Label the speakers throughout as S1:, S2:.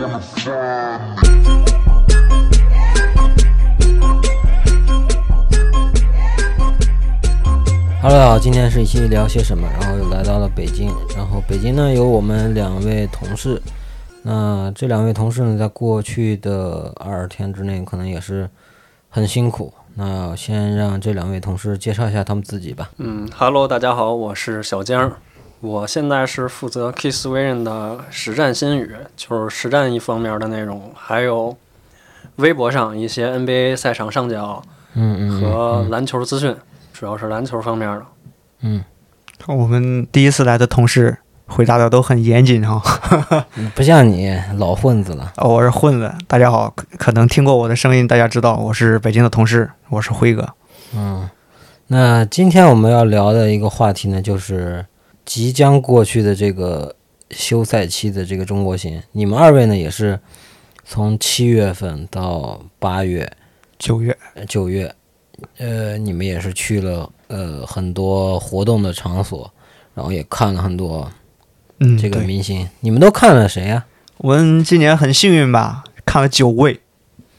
S1: wanna fuck.
S2: 哈喽，大家好，今天是一期聊些什么，然后又来到了北京，然后北京呢有我们两位同事，那这两位同事呢，在过去的二十天之内可能也是很辛苦，那先让这两位同事介绍一下他们自己吧。
S3: 嗯哈喽，大家好，我是小江，我现在是负责 Kiss v i r i n 的实战新语，就是实战一方面的内容，还有微博上一些 NBA 赛场上脚
S2: 嗯嗯
S3: 和篮球资讯，主要是篮球方面的。
S2: 嗯
S4: 我们第一次来的同事回答的都很严谨哈、
S2: 嗯，不像你老混子了。
S4: 哦，我是混子，大家好，可可能听过我的声音，大家知道我是北京的同事，我是辉哥。
S2: 嗯，那今天我们要聊的一个话题呢，就是即将过去的这个休赛期的这个中国行。你们二位呢，也是从七月份到八月、
S4: 九月，
S2: 呃九月，呃，你们也是去了呃很多活动的场所，然后也看了很多
S4: 嗯，
S2: 这个
S4: 对，
S2: 明星。你们都看了谁呀、
S4: 我们今年很幸运吧，看了九位，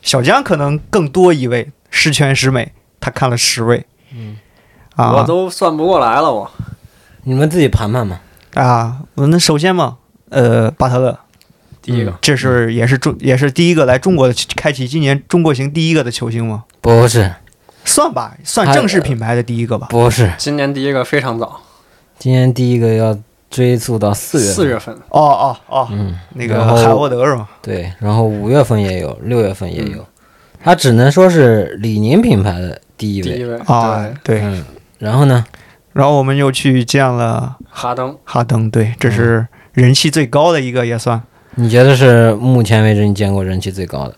S4: 小江可能更多一位，十全十美，他看了十位。嗯，
S3: 我
S4: 啊
S3: 都算不过来了，我
S2: 你们自己盘盘嘛。
S4: 啊，我们首先嘛，呃，巴特勒，嗯
S3: 第一个、
S2: 嗯
S4: 这是也是中也是第一个来中国的，开启今年中国行第一个的球星嘛，
S2: 不是，
S4: 算吧，算
S2: 他
S4: 正式品牌的第一个吧。
S2: 不是，
S3: 今年第一个非常早，
S2: 今年第一个要追溯到四月份。
S3: 四月份，
S4: 哦哦哦，
S2: 嗯，
S4: 那个
S2: 然后
S4: 海沃德是吗？
S2: 对，然后五月份也有，六月份也
S3: 嗯
S2: 有，它只能说是李宁品牌的第一
S3: 第一
S2: 位。
S3: 位
S4: 啊
S3: 对，
S4: 对。
S2: 嗯，然后呢，
S4: 然后我们又去见了
S3: 哈登，
S4: 哈登，对，这是人气最高的一个，也算
S2: 你觉得是目前为止你见过人气最高的？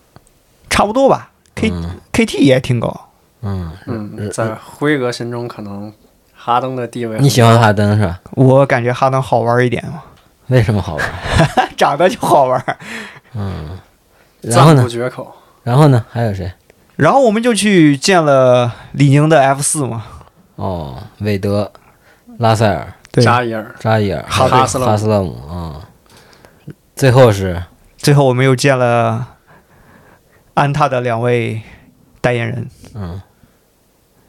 S4: 差不多吧。K
S2: 嗯
S4: KT 也挺高，
S2: 嗯，
S3: 嗯，
S2: 嗯
S3: 在辉哥心中可能哈登的地位很
S2: 你喜欢哈登是吧？
S4: 我感觉哈登好玩一点嘛，
S2: 为什么好玩？
S4: 长得就好玩。
S2: 嗯，然后
S3: 赞不
S2: 呢？
S3: 绝口，
S2: 然后呢？还有谁？
S4: 然后我们就去见了李宁的 F 四嘛，
S2: 哦，韦德、拉塞尔、
S4: 对，
S3: 扎伊尔，
S2: 扎伊尔、
S3: 哈
S2: 哈
S3: 斯勒姆
S2: 哈斯勒姆啊、最后是
S4: 最后我们又见了安踏的两位代言人，
S2: 嗯，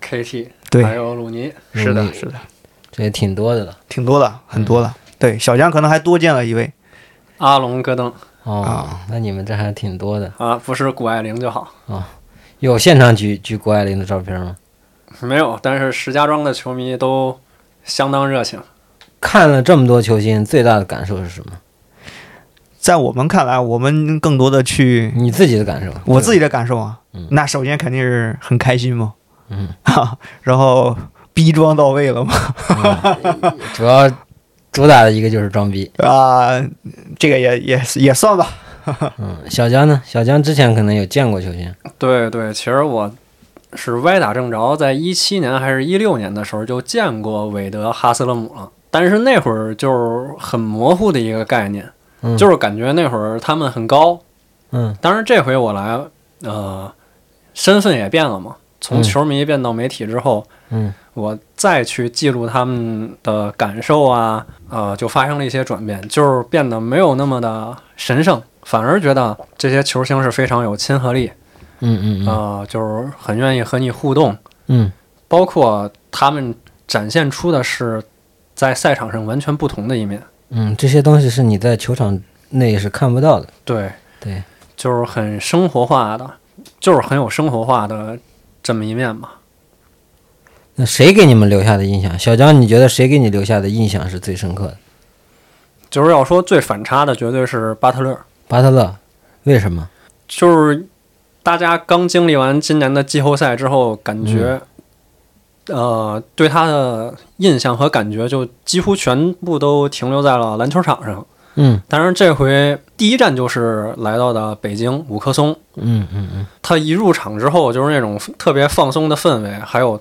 S3: KT，还
S4: 对，
S3: 有鲁尼，
S4: 哎是
S2: 努
S4: 的，嗯
S2: 力
S4: 是的，
S2: 这也挺多的了。
S4: 挺多的，很多的。对，小江可能还多见了一位，
S3: 阿隆戈登
S2: 哦，
S4: 啊
S2: 那你们这还挺多的。
S3: 啊，不是谷爱凌就好，
S2: 有现场举举谷爱凌的照片吗？
S3: 没有。但是石家庄的球迷都相当热情，
S2: 看了这么多球星，最大的感受是什么？
S4: 在我们看来，我们更多的去
S2: 你自己的感受？
S4: 我自己的感受啊
S2: 嗯，
S4: 那首先肯定是很开心嘛，
S2: 嗯，
S4: 然后逼装到位了嘛，
S2: 主要主打的一个就是装逼。
S4: 啊，这个也也也算吧，
S2: 嗯，小江呢？小江之前可能有见过球星。
S3: 对对，其实我是歪打正着，在一七年还是一六年的时候就见过韦德、哈斯勒姆了，但是那会儿就是很模糊的一个概念，
S2: 嗯，
S3: 就是感觉那会儿他们很高。
S2: 嗯
S3: 当然这回我来，呃，身份也变了嘛，从
S2: 嗯
S3: 球迷变到媒体之后，
S2: 嗯
S3: 我再去记录他们的感受啊，呃，就发生了一些转变，就是变得没有那么的神圣，反而觉得这些球星是非常有亲和力，
S2: 嗯嗯嗯
S3: 啊，就是很愿意和你互动，
S2: 嗯
S3: 包括他们展现出的是在赛场上完全不同的一面，
S2: 嗯，这些东西是你在球场内是看不到的。
S3: 对，
S2: 对，
S3: 就是很生活化的，就是很有生活化的这么一面吧。
S2: 那谁给你们留下的印象？小江，你觉得谁给你留下的印象是最深刻的？
S3: 就是要说最反差的，绝对是巴特勒，
S2: 巴特勒，为什么？
S3: 就是大家刚经历完今年的季后赛之后，感觉、呃，对他的印象和感觉就几乎全部都停留在了篮球场上。
S2: 嗯
S3: 当然，这回第一站就是来到的北京五棵松，
S2: 嗯嗯嗯
S3: 他一入场之后就是那种特别放松的氛围，还有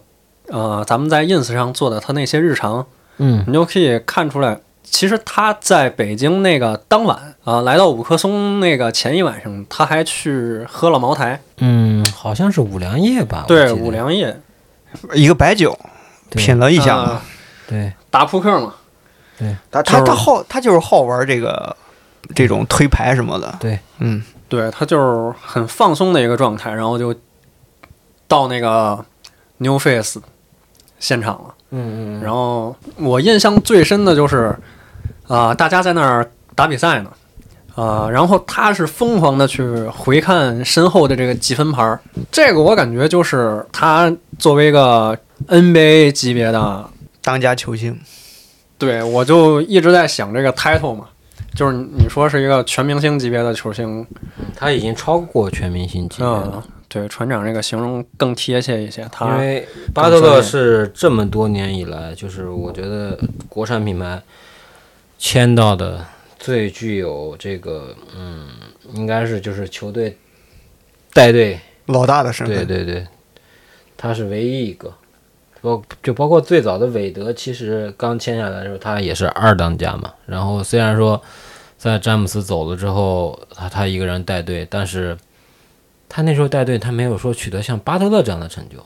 S3: 呃，咱们在 ins 上做的他那些日常，
S2: 嗯
S3: 你就可以看出来，其实他在北京那个当晚啊、来到五棵松那个前一晚上，他还去喝了茅台，
S2: 嗯，好像是五粮液啊吧？我
S3: 对
S2: 记得
S3: 五粮液
S4: 一个白酒
S2: 对
S4: 品了一下嘛，
S3: 啊
S2: 对，
S3: 打扑克嘛，
S4: 他他
S3: 啊就是
S4: 他好他就是好玩这个这种推牌什么的。
S2: 对，
S4: 嗯，
S3: 对他就是很放松的一个状态，然后就到那个 New Face 现场了。
S2: 嗯
S3: 然后我印象最深的就是，啊、大家在那儿打比赛呢，啊、然后他是疯狂的去回看身后的这个积分牌儿，这个我感觉就是他作为一个 NBA 级别的
S4: 当家球星，
S3: 对，我就一直在想这个 title 嘛，就是你说是一个全明星级别的球星，
S2: 嗯，他已经超过全明星级
S3: 嗯
S2: 别了，，
S3: 对，船长这个形容更贴切一些。
S2: 因
S3: 他
S2: 为巴特勒是这么多年以来，就是我觉得国产品牌签到的最具有这个，嗯，应该是就是球队带队
S4: 老大的身
S2: 对
S4: 份。
S2: 对对，他是唯一一个，包就包括最早的韦德，其实刚签下来的时候，他也是二当家嘛。然后虽然说在詹姆斯走了之后，他他一个人带队，但是他那时候带队，他没有说取得像巴特勒这样的成就。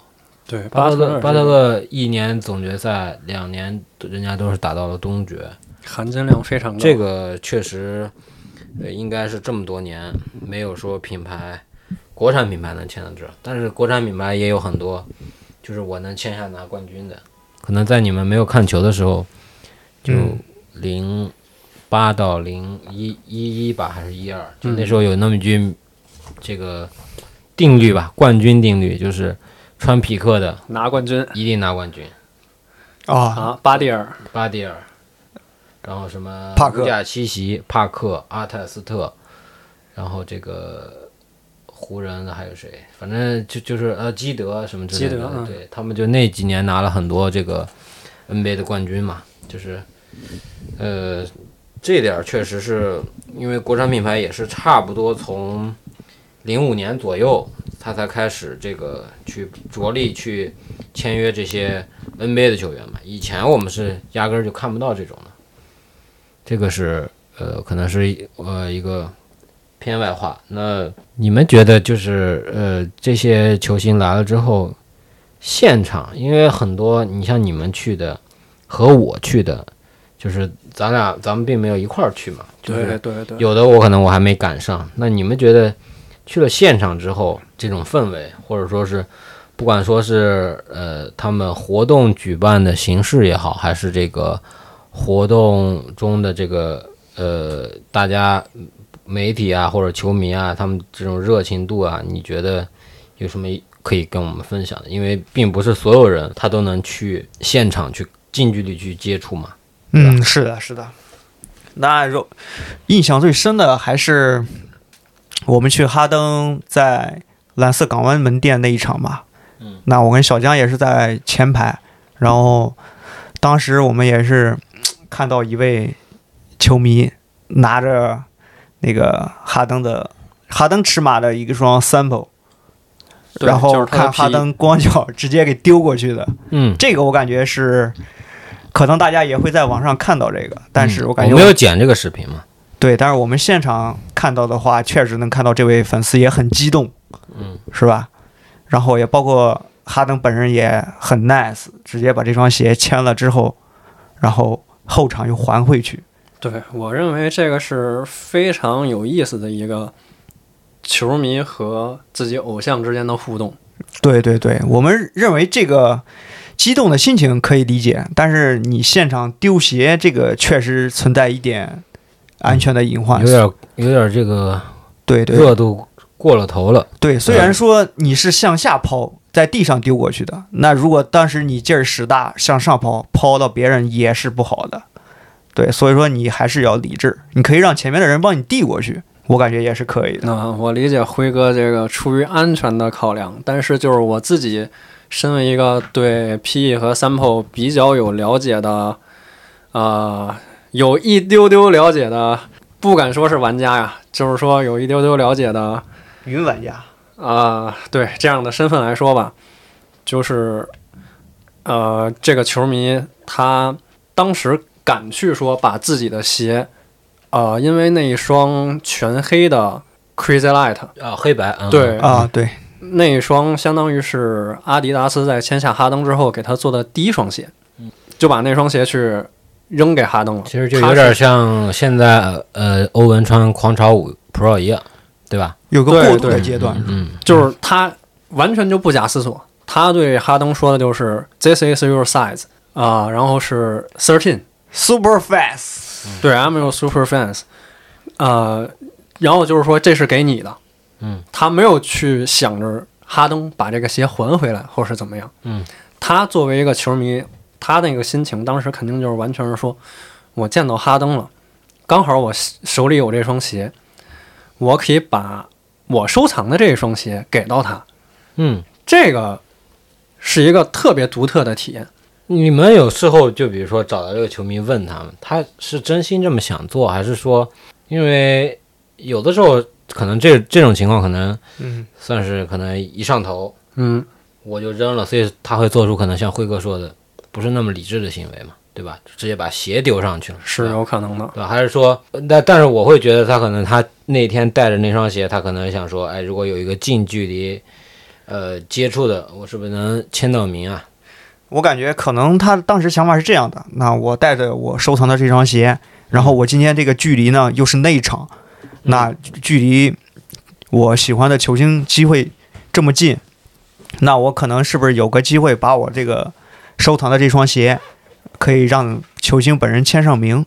S3: 对
S2: 巴
S3: 特
S2: 特
S3: 勒
S2: 勒
S3: 是
S2: 巴特勒一年总决赛，两年人家都是打到了东决，
S3: 含金量非常高，
S2: 这个确实，呃，应该是这么多年没有说品牌，国产品牌能签到这儿，但是国产品牌也有很多，就是我能签下拿冠军的，可能在你们没有看球的时候，就
S4: 嗯
S2: 零八到零一一一吧，还是一二，就那时候有那么一句这个定律吧，冠军定律就是穿匹克的
S3: 拿冠军
S2: 一定拿冠军，
S4: 啊，
S3: 啊，巴蒂尔
S2: 巴蒂尔，然后什么
S4: 帕克
S2: 乌贾奇奇、帕克、阿泰斯特，然后这个湖人的还有谁？反正就就是呃基德什么之类的，
S3: 基德嗯
S2: 对他们就那几年拿了很多这个 NBA 的冠军嘛，就是呃这点儿确实是因为国产品牌也是差不多从零五年左右，他才开始这个去着力去签约这些 NBA 的球员嘛。以前我们是压根儿就看不到这种的，这个是呃，可能是一呃一个偏外化。那你们觉得就是呃这些球星来了之后，现场因为很多你像你们去的和我去的，就是咱俩咱们并没有一块儿去嘛，就
S3: 对
S2: 是
S3: 对对对，
S2: 有的我可能我还没赶上。那你们觉得去了现场之后，这种氛围，或者说是不管说是呃他们活动举办的形式也好，还是这个活动中的这个呃大家媒体啊或者球迷啊，他们这种热情度啊，你觉得有什么可以跟我们分享的？因为并不是所有人他都能去现场去近距离去接触嘛。
S4: 嗯，是的，是的。那如印象最深的还是我们去哈登在蓝色港湾门店那一场吧。
S2: 嗯，
S4: 那我跟小江也是在前排，然后当时我们也是看到一位球迷拿着那个哈登的哈登尺码的一双 sample，
S3: 对
S4: 然
S3: 就是他
S4: 后
S3: 的
S4: 看哈
S3: 皮
S4: 登光脚直接给丢过去的。
S2: 嗯，
S4: 这个我感觉是，可能大家也会在网上看到这个，但是嗯我感觉
S2: 我没有剪这个视频嘛。
S4: 对，但是我们现场看到的话，确实能看到这位粉丝也很激动，
S2: 嗯，
S4: 是吧？然后也包括哈登本人也很 nice，直接把这双鞋签了之后，然后后场又还回去。
S3: 对我认为这个是非常有意思的一个球迷和自己偶像之间的互动。
S4: 对对对，我们认为这个激动的心情可以理解，但是你现场丢鞋这个确实存在一点安全的隐患。
S2: 有点有点这个
S4: 对对，
S2: 热度过了头了。
S4: 对，虽
S3: 嗯
S4: 然说你是向下抛，在地上丢过去的，那如果当时你劲儿使大，向上抛，抛到别人也是不好的。对，所以说你还是要理智，你可以让前面的人帮你递过去，我感觉也是可以的。
S3: 那我理解辉哥这个出于安全的考量，但是就是我自己身为一个对 PE 和 Sample 比较有了解的，呃，有一丢丢了解的，不敢说是玩家呀，就是说有一丢丢了解的，
S4: 云玩家，
S3: 呃，对这样的身份来说吧，就是呃，这个球迷他当时敢去说把自己的鞋，呃，因为那一双全黑的 Crazy Light。
S2: 啊，黑白啊，
S3: 对
S4: 啊，对，
S3: 那一双相当于是阿迪达斯在签下哈登之后给他做的第一双鞋，就把那双鞋去扔给哈登了。
S2: 其实就
S3: 他
S2: 有
S3: 是
S2: 点像现在呃欧文穿狂潮五 Pro 一样，对吧？
S4: 有个
S3: 对
S4: 过渡的
S3: 对
S4: 阶段，
S2: 嗯，
S3: 就是他完全就不假思索，他对哈登说的就是 “This is your size” 啊、然后是 “thirteen”，
S4: super fast，
S3: 对，I'm your super fans，呃，然后就是说这是给你的，
S2: 嗯，
S3: 他没有去想着哈登把这个鞋还回来或是怎么样，
S2: 嗯，
S3: 他作为一个球迷，他那个心情当时肯定就是完全是说，我见到哈登了，刚好我手里有这双鞋，我可以把我收藏的这一双鞋给到他，
S2: 嗯，
S3: 这个是一个特别独特的体验。
S2: 你们有事后就比如说找到这个球迷问他们，他是真心这么想做，还是说因为有的时候可能这这种情况可能
S4: 嗯，
S2: 算是可能一上头
S3: 嗯，
S2: 我就扔了，所以他会做出可能像辉哥说的不是那么理智的行为嘛，对吧？直接把鞋丢上去了，
S3: 是
S2: 对吧
S3: 有可能的。
S2: 对吧，还是说，呃但但是我会觉得他可能他那天带着那双鞋，他可能想说，哎，如果有一个近距离，呃，接触的，我是不是能签到名啊？
S4: 我感觉可能他当时想法是这样的：那我带着我收藏的这双鞋，然后我今天这个距离呢又是内场，那距离我喜欢的球星机会这么近，那我可能是不是有个机会把我这个收藏的这双鞋可以让球星本人签上名？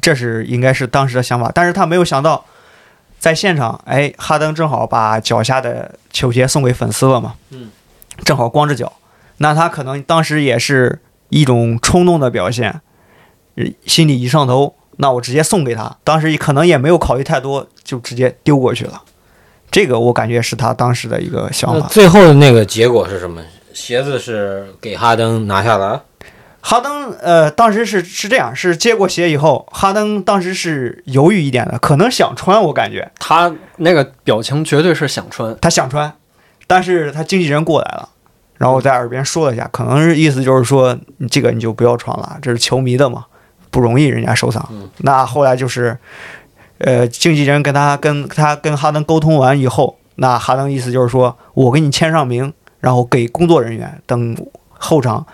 S4: 这是应该是当时的想法，但是他没有想到，在现场，哎，哈登正好把脚下的球鞋送给粉丝了嘛，
S2: 嗯，
S4: 正好光着脚，那他可能当时也是一种冲动的表现，呃心里一上头，那我直接送给他，当时可能也没有考虑太多，就直接丢过去了。这个我感觉是他当时的一个想
S2: 那
S4: 法。
S2: 最后的那个结果是什么？鞋子是给哈登拿下了，啊
S4: 哈登呃，当时是是这样，是接过鞋以后，哈登当时是犹豫一点的，可能想穿，我感觉
S3: 他那个表情绝对是想穿，
S4: 他想穿，但是他经纪人过来了，然后在耳边说了一下，可能是意思就是说你这个你就不要穿了，这是球迷的嘛，不容易人家收藏。那后来就是，呃，经纪人跟他跟他跟哈登沟通完以后，那哈登意思就是说我给你签上名，然后给工作人员等后场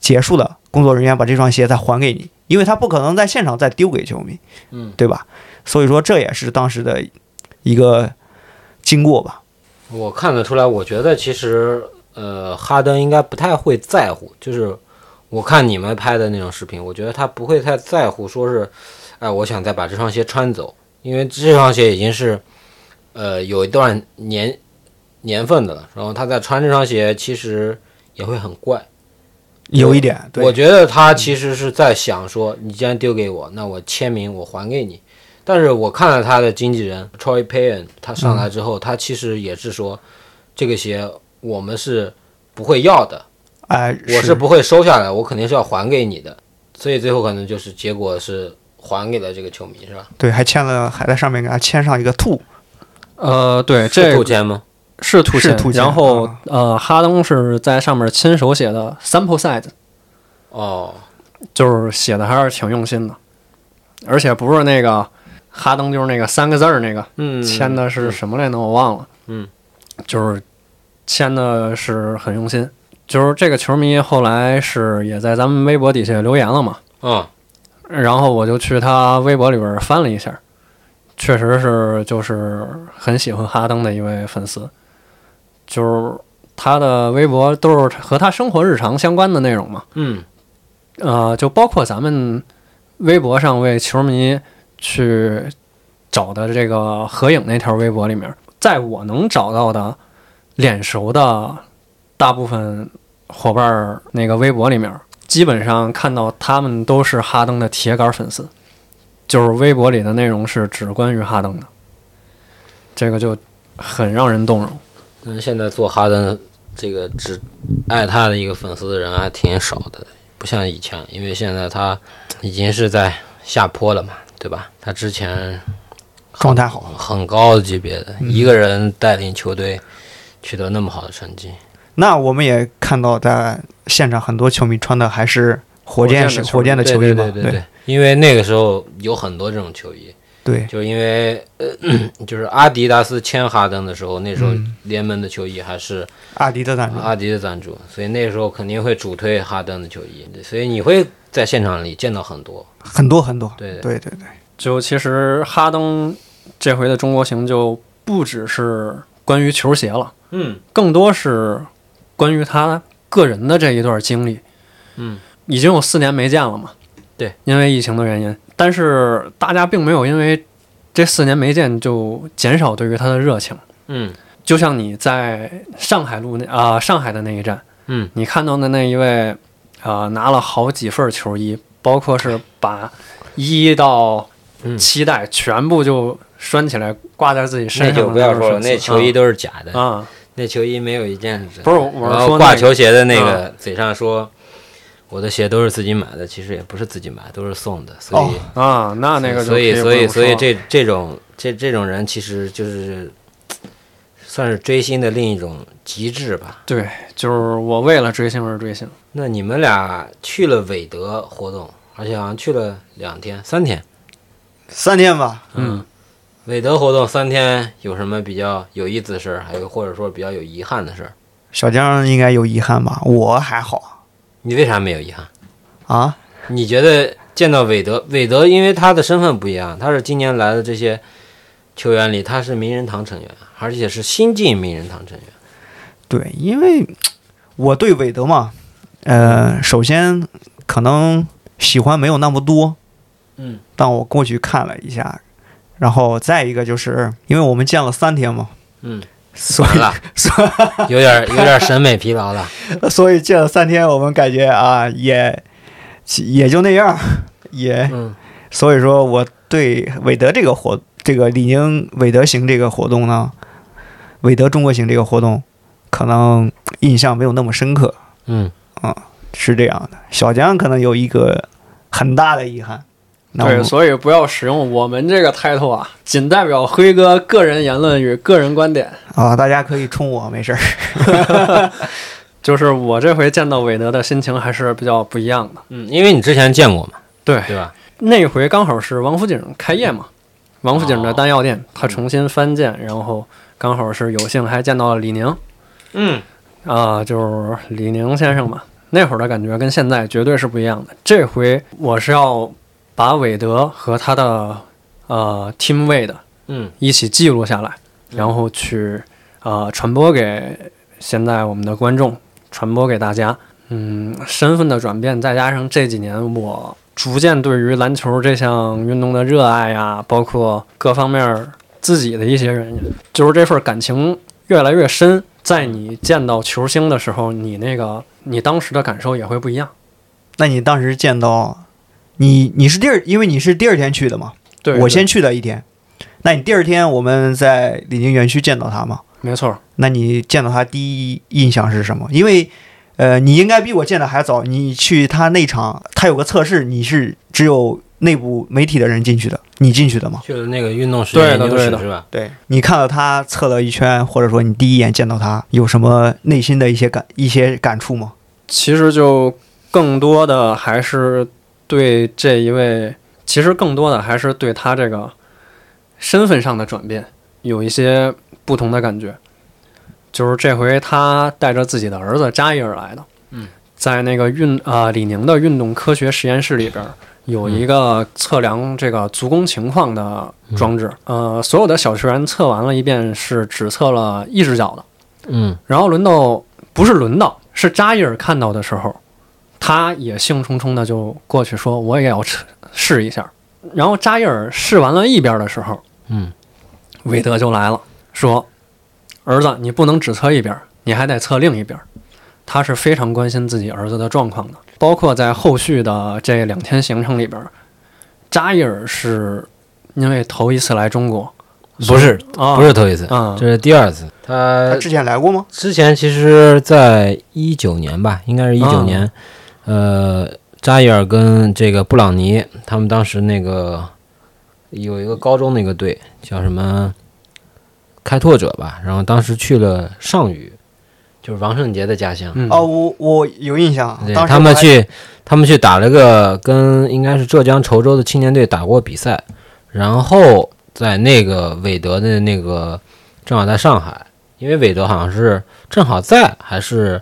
S4: 结束了，工作人员把这双鞋再还给你，因为他不可能在现场再丢给球迷，
S2: 嗯，
S4: 对吧？所以说这也是当时的一个经过吧。
S2: 我看得出来，我觉得其实呃，哈登应该不太会在乎，就是我看你们拍的那种视频，我觉得他不会太在乎，说是，哎，我想再把这双鞋穿走，因为这双鞋已经是呃有一段年年份的了，然后他再穿这双鞋，其实也会很怪。
S4: 有一点，对
S2: 我觉得他其实是在想说，你既然丢给我，那我签名我还给你。但是我看了他的经纪人 Troy Payen，他上来之后，他其实也是说，这个鞋我们是不会要的，
S4: 哎，
S2: 我是不会收下来，我肯定是要还给你的。所以最后可能就是结果是还给了这个球迷，是吧？
S4: 对，还签了，还在上面给他签上一个兔，
S3: 呃，对，
S2: 是
S3: 这
S2: 够签吗？
S3: 是吐
S4: 是
S3: 签
S4: 吐，签
S3: 然后
S2: 嗯
S4: 啊
S3: 呃，哈登是在上面亲手写的 sample size，
S2: 哦，
S3: 就是写的还是挺用心的，而且不是那个哈登就是那个三个字儿那个
S2: 嗯，
S3: 签的是什么来着？我忘了，
S2: 嗯，
S3: 就是签的是很用心，就是这个球迷后来是也在咱们微博底下留言了嘛，
S2: 嗯，
S3: 然后我就去他微博里边翻了一下，确实是就是很喜欢哈登的一位粉丝，就是他的微博都是和他生活日常相关的内容嘛，
S2: 嗯
S3: 呃，就包括咱们微博上为球迷去找的这个合影那条微博里面，在我能找到的脸熟的大部分伙伴儿那个微博里面，基本上看到他们都是哈登的铁杆粉丝，就是微博里的内容是只关于哈登的，这个就很让人动容。
S2: 但是现在做哈登这个只爱他的一个粉丝的人还挺少的，不像以前，因为现在他已经是在下坡了嘛，对吧？他之前
S4: 状态好。
S2: 很高的级别的，
S4: 嗯
S2: 一个人带领球队取得那么好的成绩，
S4: 那我们也看到，在现场很多球迷穿的还是火箭是火
S3: 火
S4: 箭
S3: 箭
S4: 的
S2: 对
S4: 球衣
S2: 对
S4: 嘛，
S2: 对对对，因为那个时候有很多这种球衣，
S4: 对，
S2: 就因为呃， 就是阿迪达斯签哈登的时候，那时候
S4: 嗯
S2: 联盟的球衣还是
S4: 阿迪的赞助，
S3: 嗯
S2: 阿迪的赞助，所以那时候肯定会主推哈登的球衣，所以你会在现场里见到很多。
S4: 很多很多，
S2: 对
S4: 对对对，
S3: 就其实哈登这回的中国行就不只是关于球鞋了，
S2: 嗯
S3: 更多是关于他个人的这一段经历。
S2: 嗯，
S3: 已经有四年没见了嘛。
S2: 对，
S3: 因为疫情的原因，但是大家并没有因为这四年没见就减少对于他的热情。
S2: 嗯
S3: 就像你在上海路那啊、上海的那一站，
S2: 嗯，
S3: 你看到的那一位啊、拿了好几份球衣，包括是把一到
S2: 嗯
S3: 七代全部就拴起来挂在自己身
S2: 那
S3: 上的
S2: 就不要说了，
S3: 那
S2: 那
S3: 种
S2: 球衣都是假的，
S3: 啊，
S2: 那球衣没有一件是真的。
S3: 不是我是
S2: 然后
S3: 说那啊
S2: 挂
S3: 个
S2: 球鞋的那个、嘴上说，我的鞋都是自己买的，其实也不是自己买，都是送的，所以、
S3: 啊啊，那那个就
S2: 所以
S3: 可
S2: 所以
S3: 不用
S2: 所以
S3: 说
S2: 这这种这这种人其实就是算是追星的另一种极致吧。
S3: 对，就是我为了追星而追星。啊
S2: 那你们俩去了韦德活动，而且好像去了两天三天。
S4: 三天吧，
S3: 嗯，
S2: 韦德活动三天有什么比较有意思的事儿，还有或者说比较有遗憾的事儿？
S4: 小江应该有遗憾吧，我还好
S2: 你为啥没有遗憾？
S4: 啊，
S2: 你觉得见到韦德， 韦德因为他的身份不一样，他是今年来的这些球员里，他是名人堂成员，而且是新晋名人堂成员。
S4: 对，因为我对韦德嘛，呃，首先可能喜欢没有那么多，
S2: 嗯，
S4: 但我过去看了一下，然后再一个就是因为我们见了三天嘛，
S2: 嗯，
S4: 所
S2: 完 了，有点有点审美疲劳了。
S4: 以所以见了三天，我们感觉啊也也就那样，也
S2: 嗯
S4: 所以说我对韦德这个活，这个李宁韦德行这个活动呢，韦德中国行这个活动，可能印象没有那么深刻，
S2: 嗯，
S4: 是这样的。小江可能有一个很大的遗憾，那我
S3: 对，
S4: 们
S3: 所以不要使用我们这个 title 啊，仅代表辉哥个人言论与个人观 点。
S4: 啊，大家可以冲我，没事儿。
S3: 就是我这回见到韦德的心情还是比较不一样的。
S2: 嗯，因为你之前见过嘛，
S3: 对，
S2: 对吧？
S3: 那回刚好是王府井开业嘛，王府
S2: 哦
S3: 井的丹药店，他重新翻建，然后刚好是有幸还见到了李宁
S2: 嗯，
S3: 啊、就是李宁先生嘛。那会儿的感觉跟现在绝对是不一样的。这回我是要把韦德和他的呃 team 位的
S2: 嗯
S3: 一起记录下来，
S4: 嗯
S3: 然后去呃传播给现在我们的观众，传播给大家。嗯，身份的转变，再加上这几年我逐渐对于篮球这项运动的热爱呀、包括各方面儿自己的一些原因，就是这份感情越来越深。在你见到球星的时候，你那个你当时的感受也会不一样。
S4: 那你当时见到你，你是第二，因为你是第二天去的嘛，
S3: 对
S4: 我先去的一天。那你第二天我们在李宁园区见到他吗？
S3: 没错，
S4: 那你见到他第一印象是什么？因为，呃，你应该比我见的还早。你去他那场，他有个测试，你是只有内部媒体的人进去的，你进去的吗？
S2: 去了那个运动实验
S3: 对
S2: 研
S3: 的
S2: 究室
S3: 对的
S2: 是吧？
S4: 对，你看到他测了一圈，或者说你第一眼见到他，有什么内心的一些感、一些感触吗？
S3: 其实就更多的还是对这一位，其实更多的还是对他这个身份上的转变有一些不同的感觉。就是这回他带着自己的儿子扎伊尔来的，
S2: 嗯，
S3: 在那个运啊、李宁的运动科学实验室里边儿有一个测量这个足弓情况的装置，呃，所有的小球员测完了一遍是只测了一只脚的。
S2: 嗯
S3: 然后轮到不是轮到，是扎伊尔看到的时候，他也兴冲冲的就过去说：“我也要试试一下。”然后扎伊尔试完了一边的时候，
S2: 嗯
S3: 韦德就来了，说：“儿子，你不能只测一边，你还得测另一边。”他是非常关心自己儿子的状况的，包括在后续的这两天行程里边，扎伊尔是因为头一次来中国，
S2: 不是
S3: 啊，
S2: 不是头一次，
S3: 啊
S2: 这，是第二次。
S4: 他
S2: 他
S4: 之前来过吗？
S2: 之前其实，在一九年吧，应该是一九
S3: 啊
S2: 年，呃，扎伊尔跟这个布朗尼他们当时那个有一个高中那个队叫什么开拓者吧，然后当时去了上虞，就是王胜杰的家乡。
S3: 嗯，
S4: 哦，我我有印象，啊
S2: 对
S4: 当时
S2: 他
S4: 我
S2: 们
S4: 还
S2: 去，他们去打了个跟应该是浙江稠州的青年队打过比赛，然后在那个韦德的那个正好在上海，因为韦德好像是正好在，还是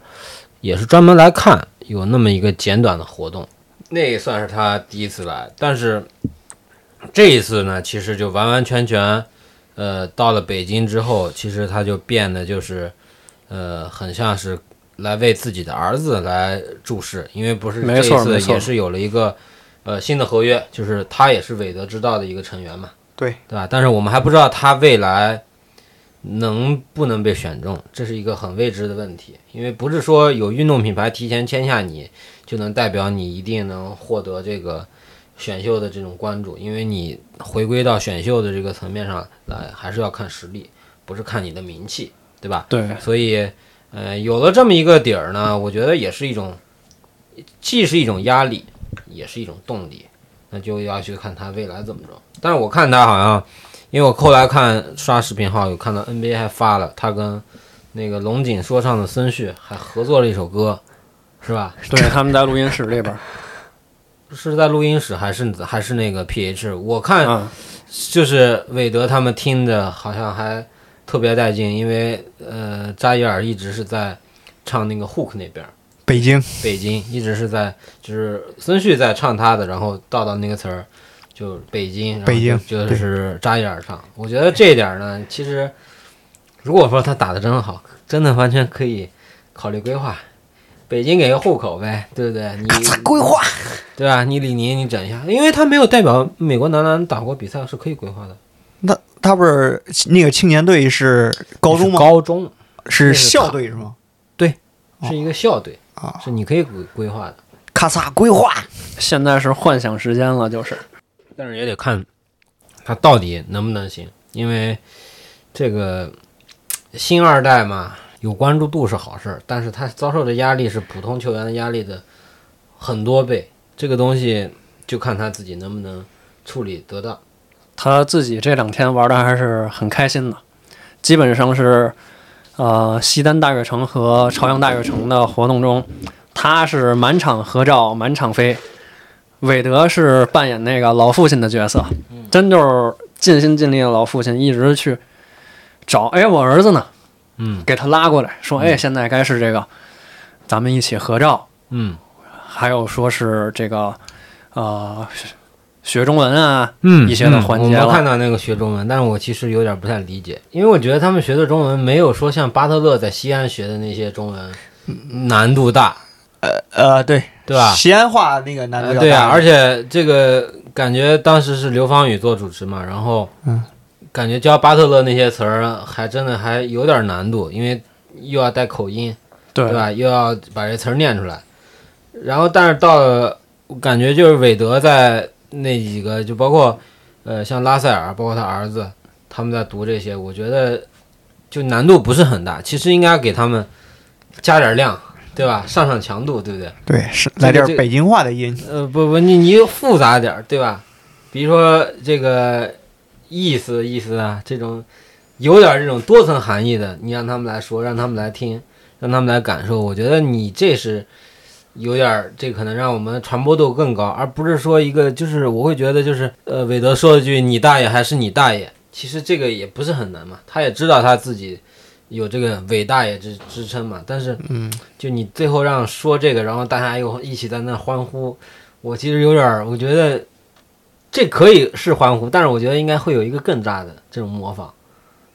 S2: 也是专门来看有那么一个简短的活动，那也算是他第一次来。但是这一次呢，其实就完完全全，呃，到了北京之后，其实他就变得就是，呃，很像是来为自己的儿子来注释，因为不是这
S3: 没
S2: 一
S3: 错没
S2: 次
S3: 错
S2: 也是有了一个呃新的合约，就是他也是韦德之道的一个成员嘛。
S4: 对，
S2: 对吧？但是我们还不知道他未来能不能被选中，这是一个很未知的问题。因为不是说有运动品牌提前签下你，就能代表你一定能获得这个选秀的这种关注，因为你回归到选秀的这个层面上来，还是要看实力，不是看你的名气，对吧？
S3: 对，
S2: 所以，呃，有了这么一个底儿呢，我觉得也是一种，既是一种压力，也是一种动力。那就要去看他未来怎么着。但是我看他好像，因为我后来看刷视频号有看到 NBA 还发了他跟那个龙井说唱的孙旭还合作了一首歌，是吧？
S3: 对，他们在录音室里边儿，
S2: 是在录音室还是还是那个 PH？我看
S3: 嗯，
S2: 就是韦德他们听着好像还特别带劲，因为呃扎伊尔一直是在唱那个 hook 那边儿，
S4: 北京
S2: 北京一直是在就是孙旭在唱他的，然后道道那个词儿就是北京，然后
S4: 北京
S2: 就就是扎伊尔唱。我觉得这一点儿呢，其实如果说他打的真好，真的完全可以考虑规划。北京给个户口呗，对不对？你
S4: 哎规划
S2: 对吧？你李宁你整一下，因为他没有代表美国男篮打过比赛，是可以规划的。
S4: 他不是那个青年队是高中吗？
S2: 高中
S4: 是
S2: 那是
S4: 校
S2: 他
S4: 队是吗？
S2: 是一个校队，
S4: 啊，
S2: 是你可以规规划的，
S4: 咔嚓规划，
S3: 现在是幻想时间了，就是
S2: 但是也得看他到底能不能行，因为这个新二代嘛，有关注度是好事儿，但是他遭受的压力是普通球员的压力的很多倍，这个东西就看他自己能不能处理得当。
S3: 他自己这两天玩的还是很开心的，基本上是，呃，西单大悦城和朝阳大悦城的活动中，他是满场合照，满场飞。韦德是扮演那个老父亲的角色，真就是尽心尽力的老父亲，一直去找，哎，我儿子呢？
S2: 嗯
S3: 给他拉过来，说，哎，现在该是这个，咱们一起合照，
S2: 嗯
S3: 还有说是这个，呃，学学中文啊，
S2: 嗯
S3: 一些的环节
S2: 我
S3: 了
S2: 们看到那个学中文，但是我其实有点不太理解，因为我觉得他们学的中文没有说像巴特勒在西安学的那些中文难度大，
S4: 呃，对，
S2: 对吧？
S4: 西安话那个难度
S2: 呃
S4: 比较
S2: 对
S4: 大
S2: 啊，而且这个感觉当时是刘芳雨做主持嘛，然后
S4: 嗯
S2: 感觉教巴特勒那些词儿还真的还有点难度，因为又要带口音，
S3: 对
S2: 对吧？又要把这词儿念出来。然后，但是到了，我感觉就是韦德在那几个，就包括呃，像拉塞尔，包括他儿子，他们在读这些，我觉得就难度不是很大。其实应该给他们加点量，对吧？上上强度，对不对？
S4: 对是
S2: 这个
S4: 来点
S2: 这个
S4: 北京话的音，
S2: 呃，不不，你你复杂点儿，对吧？比如说这个意思意思啊，这种有点儿这种多层含义的，你让他们来说，让他们来听，让他们来感受。我觉得你这是有点儿，这可能让我们传播度更高，而不是说一个就是我会觉得就是呃，韦德说一句“你大爷还是你大爷”，其实这个也不是很难嘛。他也知道他自己有这个“伟大爷之”之称嘛，但是
S4: 嗯，
S2: 就你最后让说这个，然后大家又一起在那欢呼，我其实有点儿，我觉得这可以是欢呼，但是我觉得应该会有一个更大的这种模仿，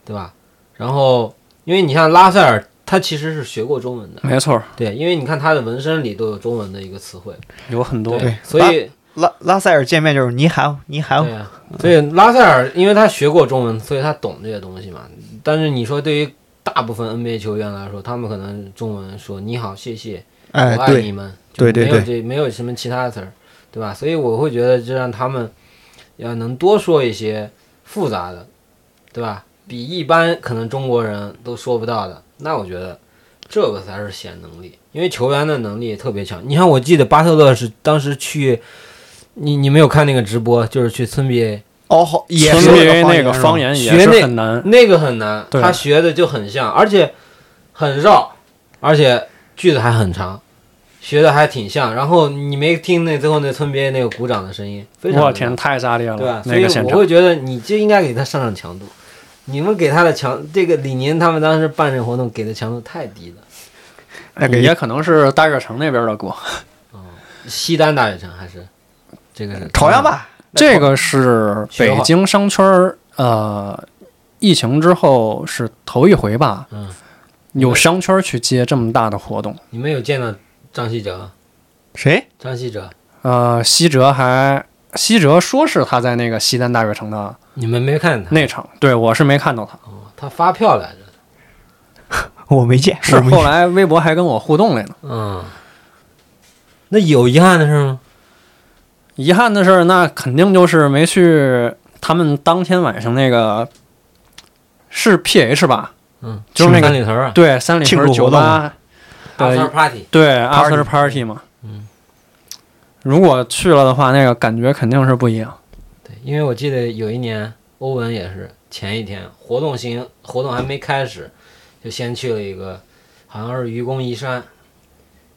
S2: 对吧？然后，因为你像拉塞尔，他其实是学过中文的，
S3: 没错，
S2: 对，因为你看他的纹身里都有中文的一个词汇，
S3: 有很多。
S2: 对
S4: 对，
S2: 所以
S4: 拉拉塞尔见面就是你喊你喊
S2: 对啊，所以拉塞尔因为他学过中文，所以他懂这些东西嘛。但是你说对于大部分 NBA 球员来说，他们可能中文说你好、谢谢，
S4: 哎
S2: 我爱
S4: 对
S2: 你们，
S4: 对对
S2: 就没有这没有什么其他的词儿，对吧？所以我会觉得，就让他们要能多说一些复杂的，对吧？比一般可能中国人都说不到的，那我觉得这个才是显能力，因为球员的能力特别强。你看，我记得巴特勒是当时去，你你没有看那个直播，就是去村 BA
S4: 哦好也
S3: 村
S4: 是
S3: 民
S4: 有
S3: 那个
S4: 是吧
S3: 方言也
S2: 学那
S3: 是很难，
S2: 那个很难，
S3: 对
S2: 他学的就很像，而且很绕，而且句子还很长，学的还挺像。然后你没听那最后那村别那个鼓掌的声音， 非常
S3: 我
S2: 的
S3: 天，太炸裂
S2: 对
S3: 了
S2: 吧？！所
S3: 那
S2: 以
S3: 个现
S2: 我
S3: 场
S2: 会觉得你就应该给他上上强度。你们给他的强，这个李宁他们当时办这个活动给的强度太低了。
S4: 那个
S3: 也可能是大悦城那边的锅。
S2: 西单大悦城还是这个是嗯
S4: 朝阳嗯吧，
S3: 这个是北京商圈儿，呃，疫情之后是头一回吧，
S2: 嗯
S3: 有商圈儿去接这么大的活动。
S2: 你们有见到张稀哲？
S4: 谁？
S2: 张稀哲，
S3: 呃，西哲还西哲说是他在那个西单大悦城的
S2: 你们没看他？哦
S3: 那场，对我是没看到他，
S2: 他发票来着。
S4: 我没见，
S3: 是
S4: 我没
S3: 后来微博还跟我互动来呢。
S2: 嗯，那有遗憾的事吗？
S3: 遗憾的是，那肯定就是没去他们当天晚上那个是 PH 吧？
S2: 嗯，
S3: 就是那个
S2: 三里屯啊
S3: 对，三里
S4: 庆
S3: 屯
S4: 祝
S3: 酒
S4: 活动
S3: 吧，对
S2: ，after party，
S3: 对，after party 嘛。
S2: 嗯，
S3: 如果去了的话，那个感觉肯定是不一样。
S2: 对，因为我记得有一年欧文也是前一天活动行活动还没开始，就先去了一个，好像是愚公移山，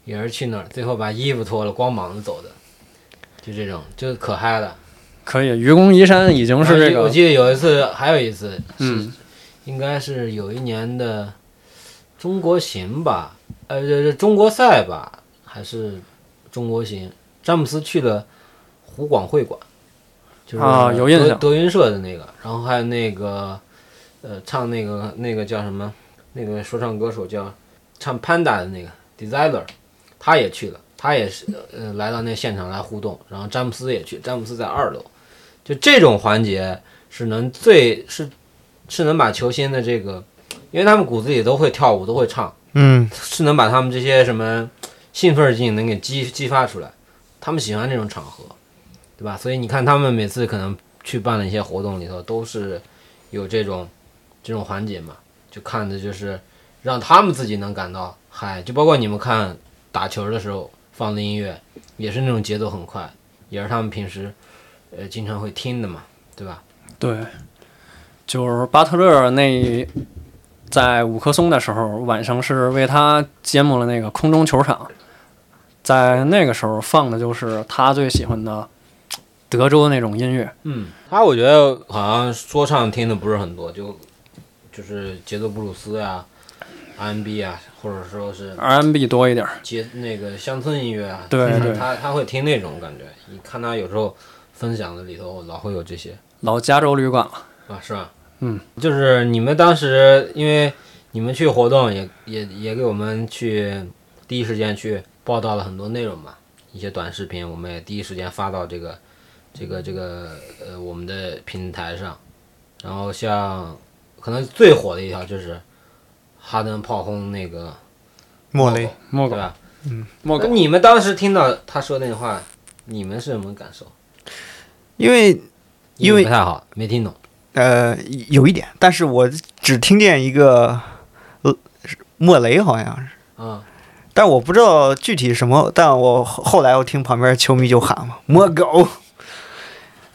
S2: 也是去那儿，最后把衣服脱了，光膀子走的，就这种，就可嗨了。
S3: 可以，呃愚公移山已经是这
S2: 然后我
S3: 个，
S2: 记得有一次，还有一次，
S3: 嗯，
S2: 应该是有一年的中国行吧，呃，这这中国赛吧，还是中国行？詹姆斯去了湖广会馆，就是
S3: 啊有印
S2: 德
S3: 象
S2: 德云社的那个，然后还有那个呃，唱那个那个叫什么？那个说唱歌手叫唱 Panda 的那个 Designer，他也去了，他也是呃来到那现场来互动，然后詹姆斯也去，詹姆斯在二楼，就这种环节是能最是是能把球星的这个，因为他们骨子里都会跳舞，都会唱，
S4: 嗯，
S2: 是能把他们这些什么兴奋劲能给激激发出来，他们喜欢这种场合，对吧？所以你看他们每次可能去办的一些活动里头，都是有这种这种环节嘛，就看的就是让他们自己能感到嗨，就包括你们看打球的时候放的音乐，也是那种节奏很快，也是他们平时呃经常会听的嘛，对吧？
S3: 对，就是巴特勒那在五棵松的时候，晚上是为他揭幕了那个空中球场，在那个时候放的就是他最喜欢的德州那种音乐。
S2: 嗯，他我觉得好像说唱听的不是很多，就就是节奏布鲁斯啊呀、R&B 啊，或者说是
S3: R&B 多一点儿，
S2: 节那个乡村音乐啊，
S3: 对
S2: 经常
S3: 对
S2: 他他会听那种感觉。你看他有时候分享的里头老会有这些
S3: 老加州旅馆了。
S2: 啊，是吧？
S3: 嗯，
S2: 就是你们当时因为你们去活动也也也给我们去第一时间去报道了很多内容嘛，一些短视频我们也第一时间发到这个这个这个呃我们的平台上，然后像可能最火的一条就是哈登炮轰那个
S4: 莫雷，
S3: 莫狗，
S2: 对吧？
S3: 莫
S2: 那
S3: 狗，
S2: 你们当时听到他说那话，你们是什么感受？
S4: 因为因
S2: 英
S4: 为
S2: 语不太好，没听懂。
S4: 呃有一点，但是我只听见一个呃是莫雷好像是，
S2: 啊、
S4: 但我不知道具体什么，但我后后来我听旁边球迷就喊嘛，摸狗。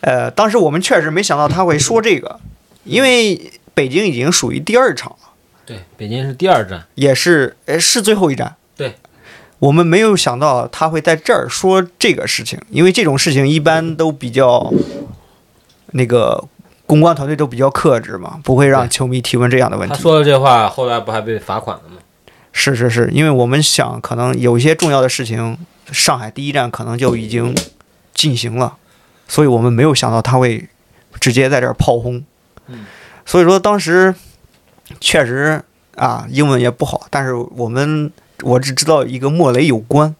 S4: 呃，当时我们确实没想到他会说这个，因为北京已经属于第二场了，
S2: 对，北京是第二站，
S4: 也是呃是最后一站。
S2: 对，
S4: 我们没有想到他会在这儿说这个事情，因为这种事情一般都比较那个公关团队都比较克制嘛，不会让球迷提问这样的问
S2: 他
S4: 题。
S2: 说了这话，后来不还被罚款了吗？
S4: 是是是，因为我们想，可能有一些重要的事情，上海第一站可能就已经进行了，所以我们没有想到他会直接在这儿炮轰。
S2: 嗯，
S4: 所以说当时确实啊，英文也不好，但是我们我只知道一个莫雷有关，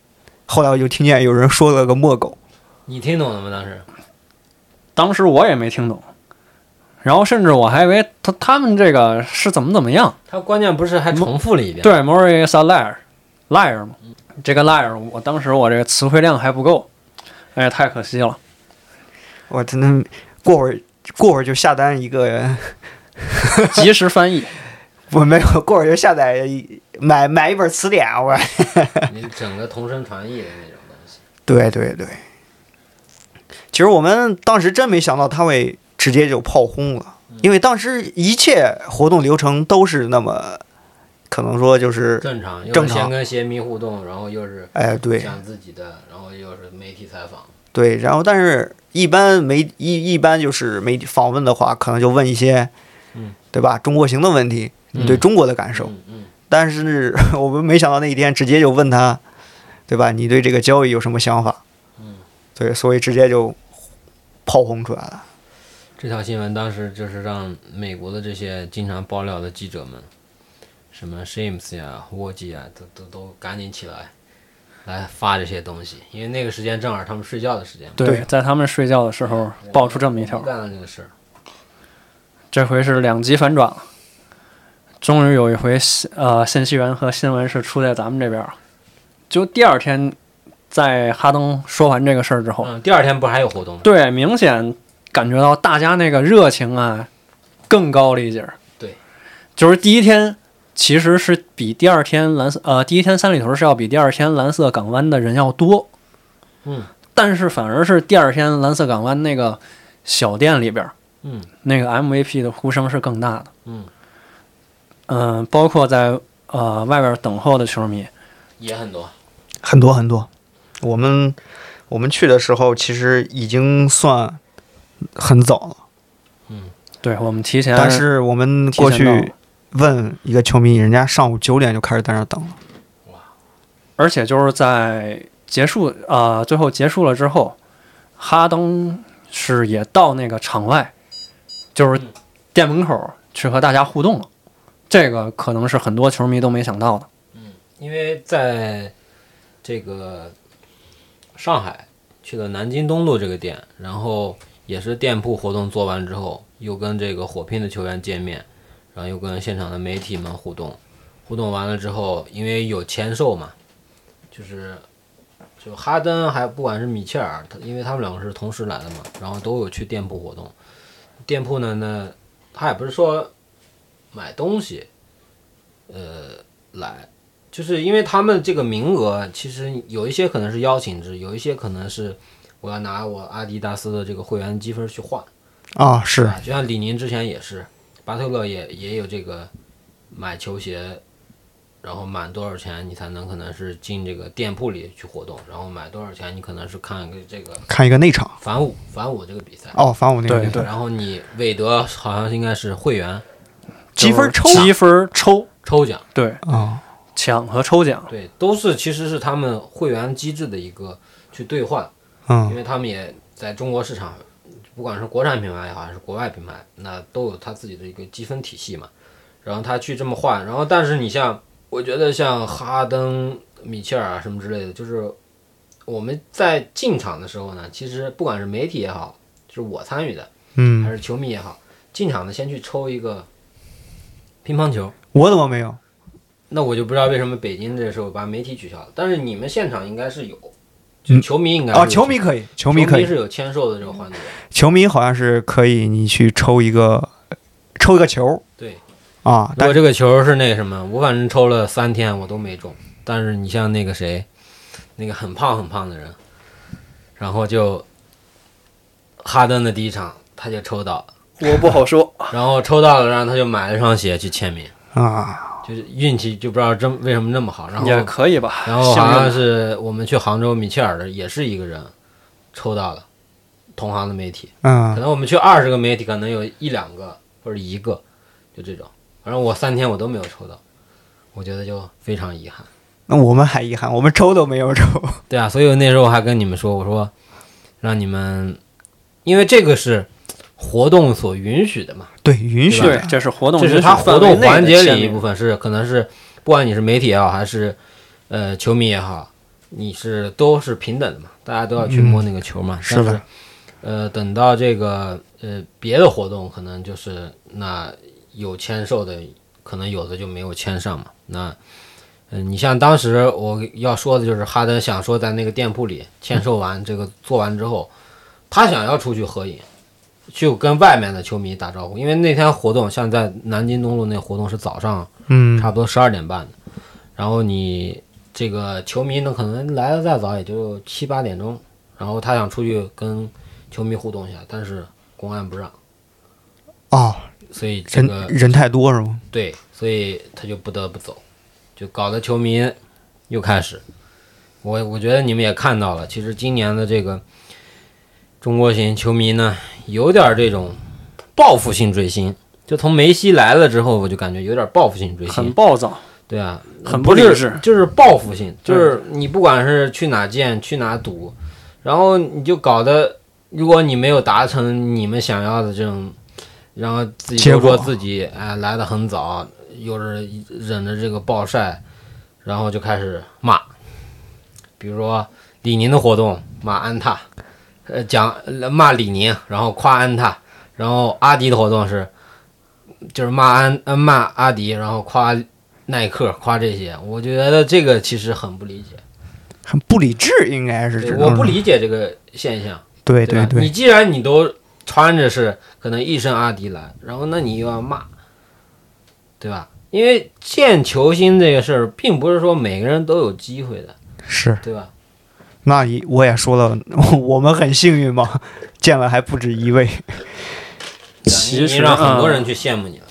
S4: 后来我就听见有人说了个莫狗，
S2: 你听懂了吗？当时
S3: 当时我也没听懂，然后甚至我还以为他他们这个是怎么怎么样。
S2: 他关键不是还重复了一遍？
S3: 对，Morris a liar，liar 嘛，这个 liar，我当时我这个词汇量还不够，哎，太可惜了。
S4: 我真的过会儿过会儿就下单一个，
S3: 及时翻译，
S4: 我没有过会儿就下载一买买一本词典，我
S2: 你整个同声传译的那种东西。
S4: 对对对，其实我们当时真没想到他会直
S2: 嗯
S4: 接就炮轰了，因为当时一切活动流程都是那么可能说就是，
S2: 正常，又
S4: 正
S2: 是
S4: 常
S2: 先跟鞋迷互动，然后又是
S4: 哎，对
S2: 讲自己的，然后又是媒体采访，
S4: 对，然后但是一般媒一一般就是媒体访问的话，可能就问一些，
S2: 嗯
S4: 对吧？中国行的问题，你对中国的感受。
S2: 嗯嗯，
S4: 但是我们没想到那一天直接就问他，对吧？你对这个交易有什么想法？
S2: 嗯，
S4: 对，所以直接就炮轰出来了。
S2: 这条新闻当时就是让美国的这些经常爆料的记者们，什么 Shames 呀、沃基啊，都都都赶紧起来，来发这些东西，因为那个时间正好是他们睡觉的时间嘛。
S4: 对
S3: 在他们睡觉的时候爆出这么一条
S2: 我，干了这个事儿，
S3: 这回是两极反转了。终于有一回信呃信息源和新闻是出在咱们这边儿了。就第二天，在哈登说完这个事儿
S4: 哦
S3: 之后，
S2: 嗯，第二天不是还有活动吗？
S3: 对，明显感觉到大家那个热情啊，更高了一截儿。
S2: 对，
S3: 就是第一天其实是比第二天蓝色呃，第一天三里屯是要比第二天蓝色港湾的人要多，
S2: 嗯，
S3: 但是反而是第二天蓝色港湾那个小店里边儿
S2: 嗯
S3: 那个 MVP 的呼声是更大的。
S2: 嗯，
S3: 嗯、包括在呃外边等候的球迷，
S2: 也很多。
S4: 很多很多。我们我们去的时候，其实已经算很早了，
S3: 对我们提前，
S4: 但是我们
S3: 提前
S4: 过
S3: 到
S4: 去问一个球迷，人家上午九点就开始在那儿等了。
S3: 而且就是在结束啊、呃最后结束了之后，哈登是也到那个场外，就是
S2: 嗯
S3: 店门口去和大家互动了。这个可能是很多球迷都没想到的。
S2: 因为在这个上海去了南京东路这个店，然后也是店铺活动做完之后，又跟这个火拼的球员见面，然后又跟现场的媒体们互动，互动完了之后，因为有签售嘛，就是就哈登还不管是米切尔，他因为他们两个是同时来的嘛，然后都有去店铺活动，店铺呢那他也不是说买东西，呃来。就是因为他们这个名额，其实有一些可能是邀请制，有一些可能是我要拿我阿迪达斯的这个会员积分去换。
S4: 啊，是
S2: 啊，就像李宁之前也是，巴特勒也也有这个买球鞋，然后满多少钱你才能可能是进这个店铺里去活动，然后买多少钱你可能是看个这个
S4: 看一个内场
S2: 反五反五这个比赛。
S4: 哦，反五那个
S3: 对
S4: 内场
S3: 对
S2: 然后你韦德好像应该是会员
S4: 积分抽
S2: 啊
S3: 积分抽，
S2: 抽奖，
S3: 对，
S4: 啊，
S3: 抢和抽奖，
S2: 对，都是其实是他们会员机制的一个去兑换。因
S4: 嗯，
S2: 为他们也在中国市场，不管是国产品牌也好，还是国外品牌，那都有他自己的一个积分体系嘛。然后他去这么换，然后但是你像，我觉得像哈登、米切尔啊什么之类的，就是我们在进场的时候呢，其实不管是媒体也好，就是我参与的，还
S4: 嗯，
S2: 是球迷也好，进场的先去抽一个乒乓球。
S4: 我怎么没有？
S2: 那我就不知道为什么北京这时候把媒体取消了，但是你们现场应该是有，就球迷应该是
S4: 哦，
S2: 有
S4: 球迷可以，球
S2: 球
S4: 迷可以
S2: 是，有签售的这个环节。
S4: 球迷好像是可以，你去抽一个抽一个球
S2: 对，
S4: 啊，
S2: 我
S4: 但
S2: 这个球是那个什么，我反正抽了三天我都没中。但是你像那个谁，那个很胖很胖的人，然后就哈登的第一场他就抽到了，
S3: 我不好说。
S2: 然后抽到了，然后他就买了双鞋去签名，
S4: 啊，
S2: 就是运气就不知道真为什么那么好。然后
S3: 也可以吧，
S2: 然后
S3: 幸
S2: 好
S3: 运
S2: 像
S3: 的
S2: 是我们去杭州米切尔的也是一个人抽到了同行的媒体，可
S4: 嗯，
S2: 能我们去二十个媒体，可能有一两个或者一个，就这种。反正我三天我都没有抽到，我觉得就非常遗憾。
S4: 那我们还遗憾，我们抽都没有抽，
S2: 对啊，所以那时候我还跟你们说，我说让你们，因为这个是活动所允许的嘛，
S4: 对，允许
S3: 对，
S4: 的，
S3: 这是活动
S2: 这
S3: 允许
S2: 是它
S3: 范
S2: 活
S3: 围
S2: 动
S3: 内的
S2: 环节
S3: 签
S2: 里一
S3: 名
S2: 部分是可能是不管你是媒体也好，还是呃球迷也好，你是都是平等的嘛，大家都要去摸那个球嘛。
S4: 是
S2: 但
S4: 的。
S2: 呃，等到这个呃别的活动，可能就是那有签售的，可能有的就没有签上嘛。那嗯、呃你像当时我要说的就是哈登想说在那个店铺里签售完、这个做完之后，他想要出去合影，就跟外面的球迷打招呼，因为那天活动像在南京东路那活动是早上
S4: 嗯
S2: 差不多十二点半的，然后你这个球迷呢，可能来的再早也就七八点钟，然后他想出去跟球迷互动一下，但是公安不让，
S4: 哦，
S2: 所以这
S4: 人
S2: 个
S4: 人太多是吗？
S2: 对，所以他就不得不走，就搞得球迷又开始。我我觉得你们也看到了，其实今年的这个中国型球迷呢，有点这种报复性追星。就从梅西来了之后，我就感觉有点报复性追
S3: 很
S2: 星。
S3: 暴躁，
S2: 对啊，
S3: 很
S2: 不
S3: 不理
S2: 是
S3: 智
S2: 就是报复性，就是你不管是去哪见去哪赌，然后你就搞得，如果你没有达成你们想要的这种，然后自己
S4: 结
S2: 都
S4: 果
S2: 说自己哎来的很早，又是忍着这个暴晒，然后就开始骂，比如说李宁的活动骂安踏，呃讲呃骂李宁，然后夸安踏，然后阿迪的活动是就是骂安呃骂阿迪，然后夸耐克夸这些，我觉得这个其实很不理解，
S4: 很不理智，应该是
S2: 对
S4: 这种。
S2: 我不理解这个现象，
S4: 对
S2: 对吧？
S4: 对对
S2: 你，既然你都穿着是可能一身阿迪来，然后那你又要骂，对吧？因为见球星这个事儿，并不是说每个人都有机会的，
S4: 是。
S2: 对吧？
S4: 那也我也说了， 我们很幸运嘛，见了还不止一位。
S2: 对吧
S3: 其
S2: 你
S3: 实
S2: 你让很多
S3: 啊
S2: 人去羡慕你了。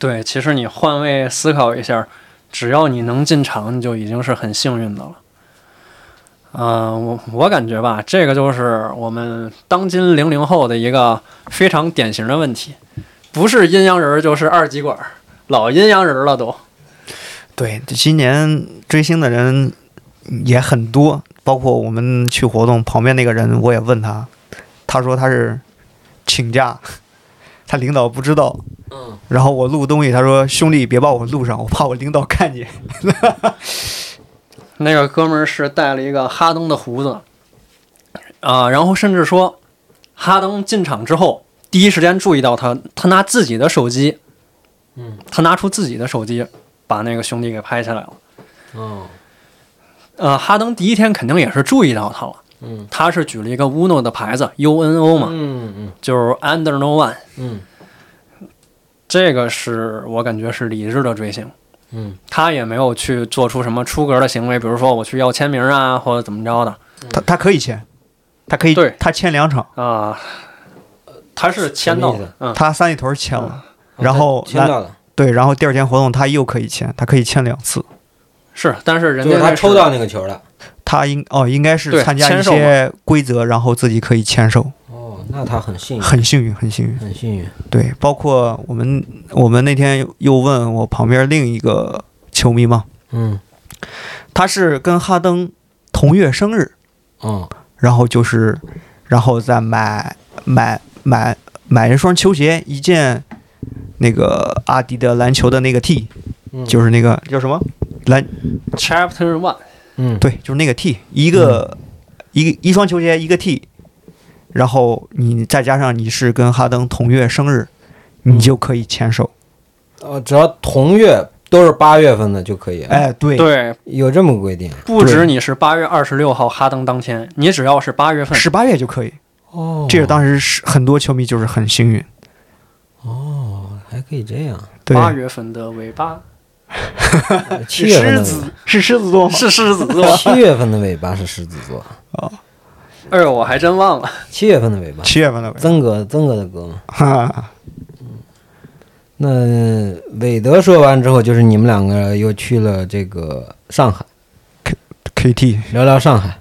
S3: 对，其实你换位思考一下，只要你能进场，你就已经是很幸运的了。嗯、我我感觉吧，这个就是我们当今零零后的一个非常典型的问题，不是阴阳人儿就是二极管儿，老阴阳人儿了都。
S4: 对，今年追星的人也很多，包括我们去活动旁边那个人，我也问他，他说他是请假，他领导不知道。
S2: 嗯，
S4: 然后我录东西，他说兄弟别把我录上，我怕我领导看 见。
S3: 那个哥们儿是戴了一个哈登的胡子，啊、然后甚至说，哈登进场之后，第一时间注意到他，他拿自己的手机，
S2: 嗯，
S3: 他拿出自己的手机，把那个兄弟给拍下来了。
S2: 哦，
S3: 呃，哈登第一天肯定也是注意到他了，
S2: 嗯
S3: 他是举了一个 UNO 的牌子 UNO 嘛，
S2: 嗯嗯
S3: 就是 Under No One，
S2: 嗯
S3: 这个是我感觉是理智的追星。
S2: 嗯
S3: 他也没有去做出什么出格的行为，比如说我去要签名啊，或者怎么着的
S4: 他他可以签，他可以
S3: 对，
S4: 他签两场，
S3: 啊、他是签
S2: 什么
S3: 到
S2: 意思
S3: 的，嗯，
S4: 他三里屯签了，
S2: 嗯，
S4: 然后
S2: 听到了，
S4: 对，然后第二天活动他又可以签，他可以签两次。
S3: 是，但是人
S2: 就
S3: 家
S2: 是他
S3: 那
S2: 抽到那个球了。
S4: 他应哦应该是
S3: 对
S4: 参加一
S3: 签售嘛
S4: 些规则，然后自己可以签售，
S2: 哦，那他很
S3: 嗯
S2: 幸运，
S4: 很幸运，很幸运。
S2: 很幸运。
S4: 对，包括我们我们那天又问我旁边另一个球迷嘛，
S2: 嗯，
S4: 他是跟哈登同月生日，
S2: 哦，
S4: 然后就是然后再买买买买一双球鞋，一件那个阿迪的篮球的那个 T，
S2: 嗯
S4: 就是那个叫什么篮，
S3: 是 Chapter One，
S2: 嗯，
S4: 对，嗯就是那个 T，一个、一个一双球鞋一个 T，然后你再加上你是跟哈登同月生日，你
S2: 嗯
S4: 就可以签售。
S2: 呃，只要同月都是八月份的就可以。，
S4: 哎，对，
S3: 对，
S2: 有这么个规定？
S3: 不止
S4: 对
S3: 你是八月二十六号哈登当天，你只要是八月份，
S4: 十八月就可以。
S2: 哦
S4: 这个当时是很多球迷就是很幸运，
S2: 哦，还可以这样。
S4: 对，
S3: 八月份的尾巴
S2: 七月份的
S4: 狮子是狮子座吗？
S3: 是狮子
S2: 尾巴
S3: 座，
S2: 七月份的尾巴是狮子座，
S3: 哎呦，我还真忘了，
S2: 七月份的尾巴，
S4: 七月份的呗，
S2: 曾哥曾哥的歌嘛。
S4: 哈，
S2: 那韦德说完之后，就是你们两个又去了这个上海，
S4: KT
S2: 聊聊上海，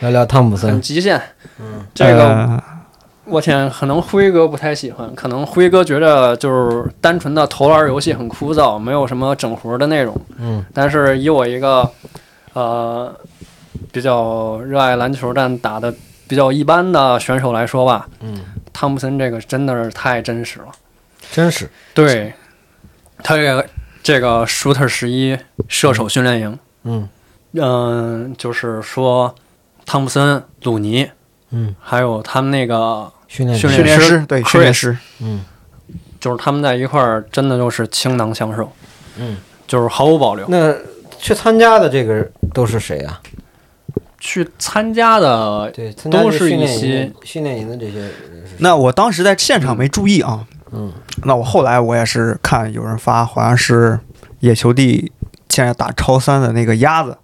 S2: 聊聊汤普
S3: 很
S2: 森。
S3: 极限，这个
S4: 呃
S3: 我天，可能辉哥不太喜欢，可能辉哥觉得就是单纯的投篮游戏很枯燥，没有什么整活的内容。
S2: 嗯，
S3: 但是以我一个呃比较热爱篮球但打的比较一般的选手来说吧，
S2: 嗯，
S3: 汤普森这个真的是太真实了。
S2: 真是。
S3: 对，他这个这个舒特十一射手训练营，
S2: 嗯
S3: 嗯、就是说汤普森、鲁尼
S2: 嗯，
S3: 还有他们那个
S2: 训练
S3: 训
S4: 训
S2: 师
S4: 练
S3: 练师
S4: 师对
S3: Chris
S4: 训练师，
S2: 嗯
S3: 就是他们在一块儿真的就是倾囊相授，
S2: 嗯。
S3: 就是毫无保留。
S2: 那去参加的这个都是谁啊？
S3: 去参加的，
S2: 对，参加
S3: 都
S2: 这
S3: 是
S2: 训
S3: 一
S2: 练营
S3: 些
S2: 的训练营的这些人是谁。
S4: 那我当时在现场没注意啊，
S2: 嗯，
S4: 那我后来我也是看有人发，好像是野球帝现在打超三的那个鸭子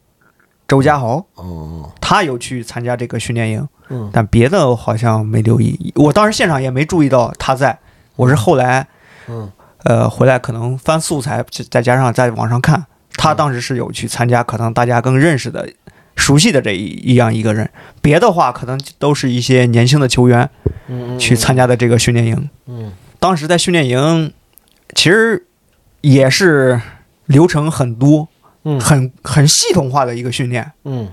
S4: 周家豪，
S2: 哦，
S4: 他有去参加这个训练营，
S2: 嗯
S4: 但别的我好像没留意，我当时现场也没注意到他在，我是后来
S2: 嗯，
S4: 呃，回来可能翻素材，再再加上在网上看，他当时是有去参加，可能大家更认识的、熟悉的这一一样一个人。别的话，可能都是一些年轻的球员
S2: 嗯
S4: 去参加的这个训练营。
S2: 嗯
S4: 当时在训练营，其实也是流程很多，
S2: 嗯
S4: 很很系统化的一个训练。
S2: 嗯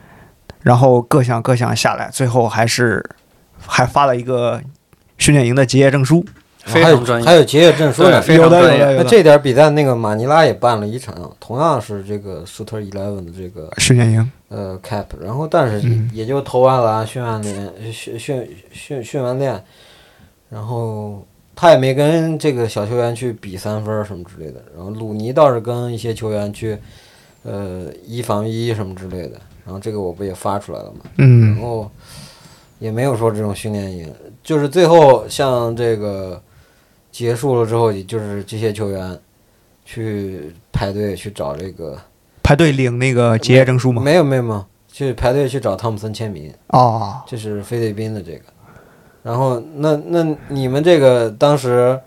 S4: 然后各项各项下来，最后还是还发了一个训练营的结业证书。
S3: 非常专业
S2: 还有结业证书
S3: 对。
S2: 呢
S3: 非常
S4: 有的
S3: 专业
S4: 有的有
S2: 那
S4: 的
S2: 这点比在那个马尼拉也办了一场，同样是这个 Shooter Eleven 的这个
S4: 训练营，
S2: 呃 cap，然后但是
S4: 嗯
S2: 也就投完篮、训完练、呃训训训训完练，然后他也没跟这个小球员去比三分儿什么之类的。然后鲁尼倒是跟一些球员去，呃，一防一什么之类的。然后这个我不也发出来了嘛？然
S4: 嗯，
S2: 后也没有说这种训练营，就是最后像这个结束了之后，也就是这些球员去排队去找这个，
S4: 排队领那个结业证书吗？
S2: 没有没有没有，去排队去找汤普森签名。
S4: 哦，
S2: 这是菲律宾的这个。然后那那你们这个当时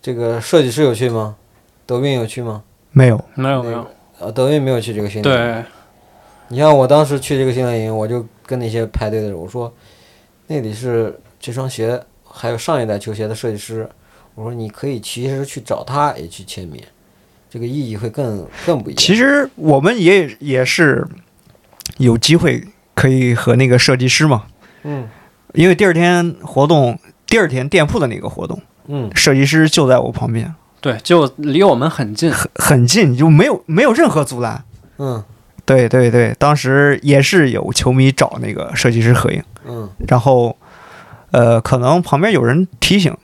S2: 这个设计师有去吗？德运有去吗？
S4: 没有，
S3: 没有没有，
S2: 啊，德运没有去这个训练营。
S3: 对，
S2: 你像我当时去这个训练营，我就跟那些排队的人我说，那里是这双鞋还有上一代球鞋的设计师，我说你可以其实去找他也去签名，这个意义会更更不一样。
S4: 其实我们也也是有机会可以和那个设计师嘛，
S2: 嗯
S4: 因为第二天活动，第二天店铺的那个活动，
S2: 嗯
S4: 设计师就在我旁边，
S3: 对，就离我们很近，
S4: 很很近，就没有没有任何阻拦。
S2: 嗯
S4: 对对对，当时也是有球迷找那个设计师合影。
S2: 嗯
S4: 然后，呃，可能旁边有人提醒，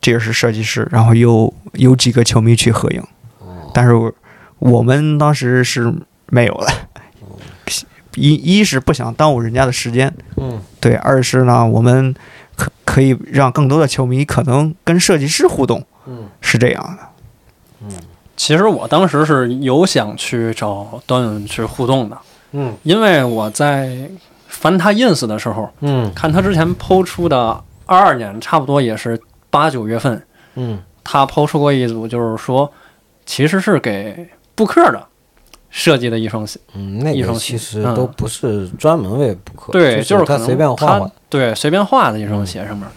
S4: 这个是设计师，然后有有几个球迷去合影，
S2: 哦
S4: 但是我我们当时是没有的， 一一是不想耽误人家的时间，
S2: 嗯
S4: 对，二是呢，我们可可以让更多的球迷可能跟设计师互动，
S2: 嗯
S4: 是这样的，
S3: 其实我当时是有想去找段勇去互动的，
S2: 嗯
S3: 因为我在翻他 ins 的时候，
S2: 嗯
S3: 看他之前抛出的二二年，差不多也是八九月份，
S2: 嗯
S3: 他抛出过一组，就是说其实是给布克的设计的一双鞋，
S2: 嗯，那
S3: 一
S2: 个
S3: 双鞋
S2: 其实
S3: 嗯
S2: 都不是专门为补课，
S3: 对，
S2: 就是他
S3: 可能
S2: 随便画画嗯
S3: 他，对随便画的一双鞋上面，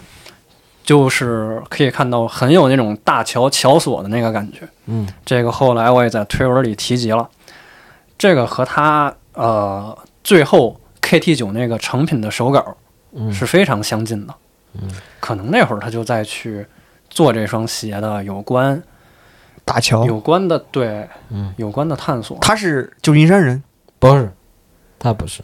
S3: 就是可以看到很有那种大乔乔索的那个感觉。
S2: 嗯
S3: 这个后来我也在推文里提及了，这个和他呃最后 KT 九那个成品的手稿
S2: 嗯
S3: 是非常相近的，可能那会儿他就在去做这双鞋的有关
S4: 大乔
S3: 有关的对
S2: 哦嗯
S3: 有关的探索，
S4: 他是旧金山人，
S2: 不是，他不是，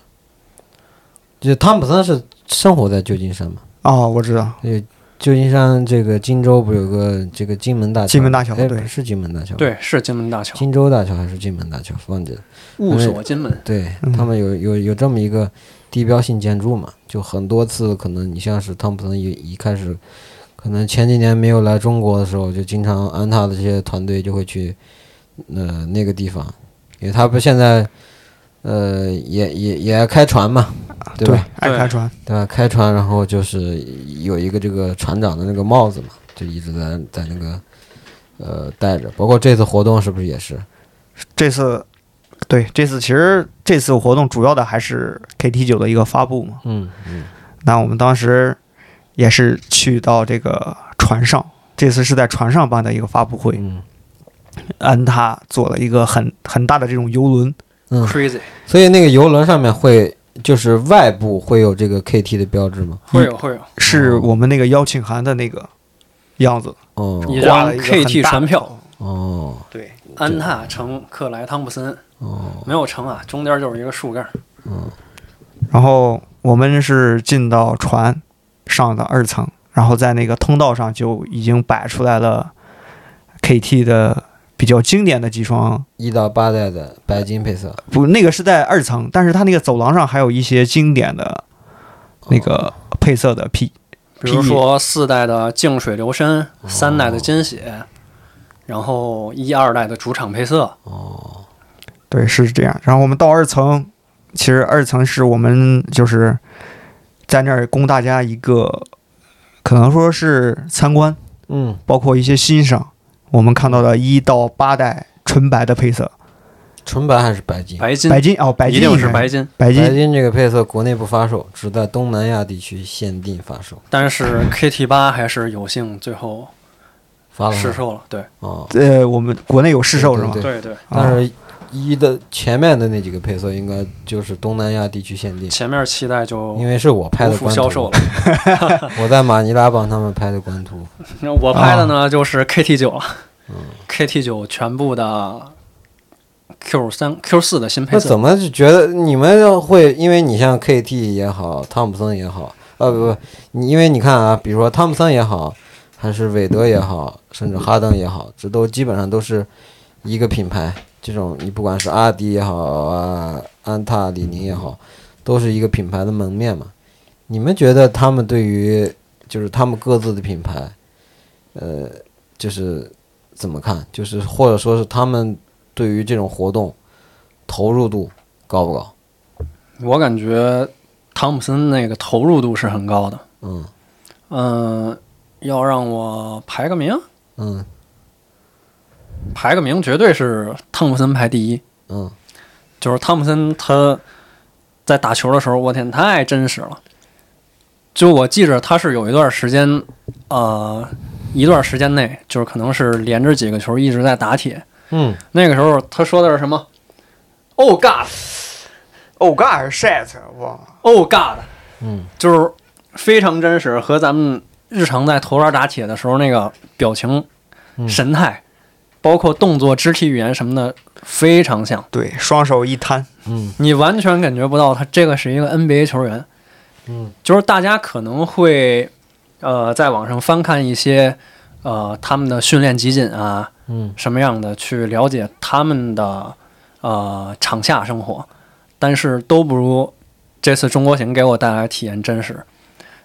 S2: 就汤普森是生活在旧金山嘛？
S4: 哦，我知道，
S2: 呃，旧金山这个金州不有个这个金门大桥？
S4: 金门大桥
S2: 哎，
S4: 对
S2: 不是金门大桥，，
S3: 对，是金门大桥，
S2: 金州大桥还是金门大桥？忘记了。
S3: 雾锁金门，
S2: 对
S4: 嗯
S2: 他们有有有这么一个地标性建筑嘛，就很多次可能你像是汤普森一一开始，可能前几年没有来中国的时候，就经常安踏的这些团队就会去，呃那个地方，因为他不是现在，呃也也也开船嘛，对吧？
S4: 爱开船，
S2: 对吧？开船，然后就是有一个这个船长的那个帽子嘛，就一直在在那个呃戴着，包括这次活动是不是也是？
S4: 这次，对这次其实这次活动主要的还是 KT 九的一个发布嘛。
S2: 嗯嗯
S4: 那我们当时也是去到这个船上，这次是在船上办的一个发布会，
S2: 嗯
S4: 安踏做了一个很很大的这种游轮，
S2: 嗯
S3: Crazy
S2: 所以那个游轮上面会就是外部会有这个 KT 的标志吗？
S3: 会有会有
S4: 是我们那个邀请函的那个样子，
S2: 哦
S3: 一
S4: 挂
S3: 张
S4: 了一个很大
S3: KT 船票，
S2: 哦
S4: 对，
S3: 安踏乘克莱汤普森，
S2: 哦
S3: 没有乘啊，中间就是一个树干，
S2: 哦
S4: 然后我们是进到船上的二层，然后在那个通道上就已经摆出来了 KT 的比较经典的几双
S2: 一到八代的白金配色，
S4: 不，那个是在二层，但是它那个走廊上还有一些经典的那个配色的 P，、
S3: 比如说四代的静水流深，
S2: 哦
S3: 三代的金血，然后一二代的主场配色，
S2: 哦
S4: 对，是这样。然后我们到二层，其实二层是我们就是在那儿供大家一个，可能说是参观，
S2: 嗯
S4: 包括一些欣赏。我们看到了一到八代纯白的配色，
S2: 纯白还是白金？
S3: 白金，
S4: 白金哦，白
S3: 嗯
S4: 金
S3: 一定是
S4: 应该
S3: 白金，
S4: 白
S2: 白
S4: 金，
S2: 金这个配色国内不发售，只在东南亚地区限定发售。
S3: 但是 KT 八还是有幸最后
S2: 发了吗
S3: 试售了，对
S2: 哦，
S4: 呃，我们国内有试售是吗？
S2: 啊对
S3: 对对，
S4: 啊
S2: 但是一的前面的那几个配色应该就是东南亚地区限定，
S3: 前面期待就
S2: 因为是我拍
S3: 无
S2: 的
S3: 复
S2: 官
S3: 哦销售
S2: 图
S3: 了，。
S2: 我在马尼拉帮他们拍的官图。
S3: 那我拍的
S2: 啊
S3: 呢就是 KT 九了，KT
S2: 嗯
S3: 九全部的 Q 三 Q 四的新配
S2: 那
S3: 色
S2: 怎，么就觉得你们要会？因为你像 KT 也好，汤普森也好，呃不不，你因为你看啊，比如说汤普森也好，还是韦德也好，甚至哈登也好，这都基本上都是一个品牌。这种你不管是阿迪也好啊，安踏、李宁也好，都是一个品牌的门面嘛。你们觉得他们对于就是他们各自的品牌，呃，就是怎么看？就是或者说是他们对于这种活动投入度高不高？
S3: 我感觉汤普森那个投入度是很高的。
S2: 嗯
S3: 嗯、要让我排个名，
S2: 嗯
S3: 排个名绝对是汤普森排第一。
S2: 嗯，
S3: 就是汤普森他在打球的时候，我天，太真实了。就我记着，他是有一段时间，呃，一段时间内，就是可能是连着几个球一直在打铁。
S2: 嗯，
S3: 那个时候他说的是什么？Oh God，Oh
S4: 哦，嘎还是 shit，哇，
S3: God，
S2: 嗯，
S3: 就是非常真实，和咱们日常在投篮打铁的时候那个表情、
S2: 嗯
S3: 神态，包括动作、肢体语言什么的，非常像。
S4: 对，双手一摊，
S3: 你完全感觉不到他这个是一个 NBA 球员。
S2: 嗯，
S3: 就是大家可能会呃在网上翻看一些呃他们的训练集锦啊，
S2: 嗯，
S3: 什么样的去了解他们的呃场下生活，但是都不如这次中国行给我带来的体验真实。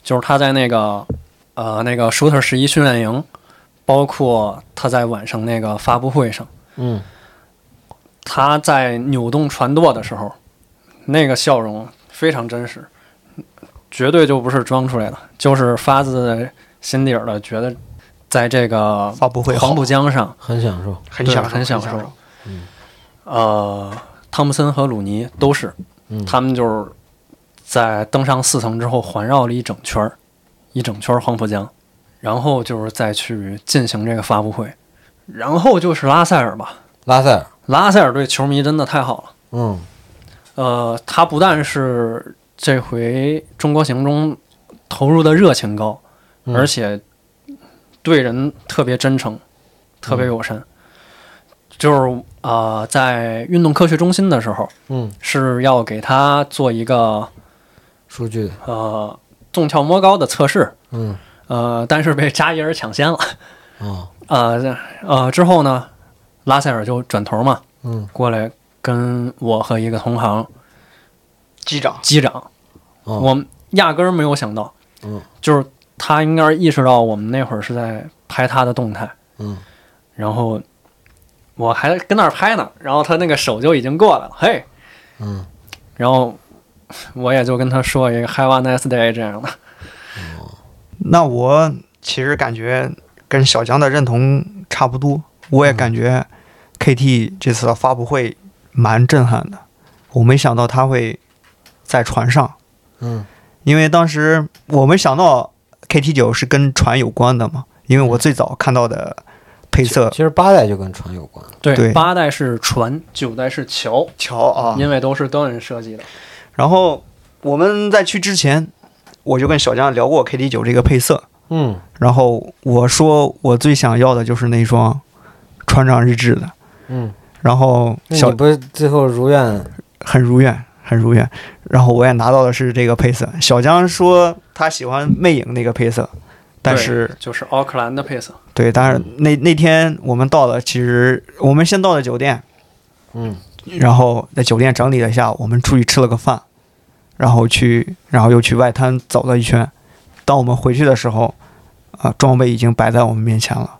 S3: 就是他在那个呃那个 Shooter 十一训练营，包括他在晚上那个发布会上。
S2: 嗯，
S3: 他在扭动传舵的时候，那个笑容非常真实，绝对就不是装出来的，就是发自心底儿的觉得，在这个
S4: 发布会好
S3: 黄浦江上，
S2: 很享受。
S4: 很
S3: 对
S4: 享受，
S3: 很嗯享
S4: 受
S3: 受。呃，汤姆森和鲁尼都是，
S2: 嗯
S3: 他们就是在登上四层之后，环绕了一整圈儿，一整圈儿黄浦江，然后就是再去进行这个发布会，然后就是拉塞尔吧，
S2: 拉塞尔，
S3: 拉塞尔对球迷真的太好了。
S2: 嗯
S3: 呃，他不但是这回中国行中投入的热情高，
S2: 嗯
S3: 而且对人特别真诚，特别友善。就是啊、呃在运动科学中心的时候，
S2: 嗯，
S3: 是要给他做一个
S2: 数据的，
S3: 呃纵跳摸高的测试，
S2: 嗯
S3: 呃，但是被扎伊尔抢先了。
S2: 哦，
S3: 呃呃，之后呢，拉塞尔就转头嘛，
S2: 嗯
S3: 过来跟我和一个同行
S4: 机长，
S3: 机长
S2: 哦
S3: 我们压根儿没有想到，
S2: 嗯，
S3: 就是他应该是意识到我们那会儿是在拍他的动态，
S2: 嗯，
S3: 然后我还跟那儿拍呢，然后他那个手就已经过来了，嘿，
S2: 嗯，
S3: 然后我也就跟他说一个 Have a nice day 这样的，
S4: 那我其实感觉跟小江的认同差不多，我也感觉 KT 这次的发布会蛮震撼的，我没想到他会在船上，
S2: 嗯
S4: 因为当时我没想到 KT 九是跟船有关的嘛，因为我最早看到的配色
S2: 其实八代就跟船有关。
S3: 对，
S4: 对
S3: 八代是船，九代是桥，
S4: 桥啊
S3: 因为都是德文设计的，
S4: 然后我们在去之前，我就跟小江聊过 KT 九这个配色，
S2: 嗯
S4: 然后我说我最想要的就是那双船长日志的，
S2: 嗯，
S4: 然后
S2: 那
S4: 小
S2: 你不是最后如愿？
S4: 很如愿，很如愿。然后我也拿到的是这个配色。小江说他喜欢魅影那个配色，但
S3: 对
S4: 是
S3: 就是奥克兰的配色，
S4: 对，但是那那天我们到了，其实我们先到了酒店，
S2: 嗯
S4: 然后在酒店整理了一下，我们出去吃了个饭，然后去，然后又去外滩走了一圈。当我们回去的时候，啊、装备已经摆在我们面前了，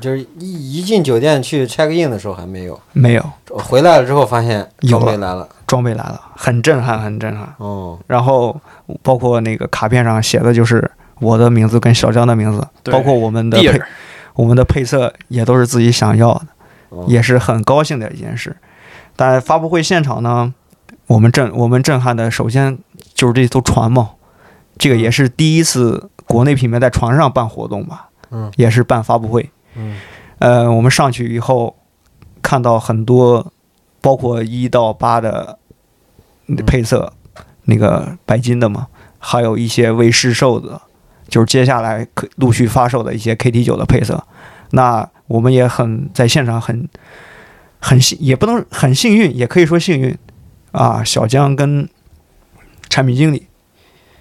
S2: 就是一一进酒店去 check in 的时候还没有，
S4: 没有
S2: 回来了之后发现
S4: 有
S2: 装备
S4: 了
S2: 来了。
S4: 装备来了，很震撼，很震撼。
S2: 哦，
S4: 然后包括那个卡片上写的就是我的名字跟小江的名字，
S3: 对
S4: 包括我们的
S3: 蒂
S4: 配
S3: 尔，
S4: 我们的配色也都是自己想要的，
S2: 哦
S4: 也是很高兴的一件事。但发布会现场呢，我们震我们震撼的，首先就是这艘船嘛，这个也是第一次国内品牌在船上办活动吧，
S5: 嗯，
S4: 也是办发布会，
S5: 嗯，
S4: 呃，我们上去以后看到很多，包括一到八的配色，那个白金的嘛，还有一些未试售的，就是接下来可陆续发售的一些 KT 九的配色。那我们也很在现场很很幸，也不能很幸运，也可以说幸运啊。小江跟产品经理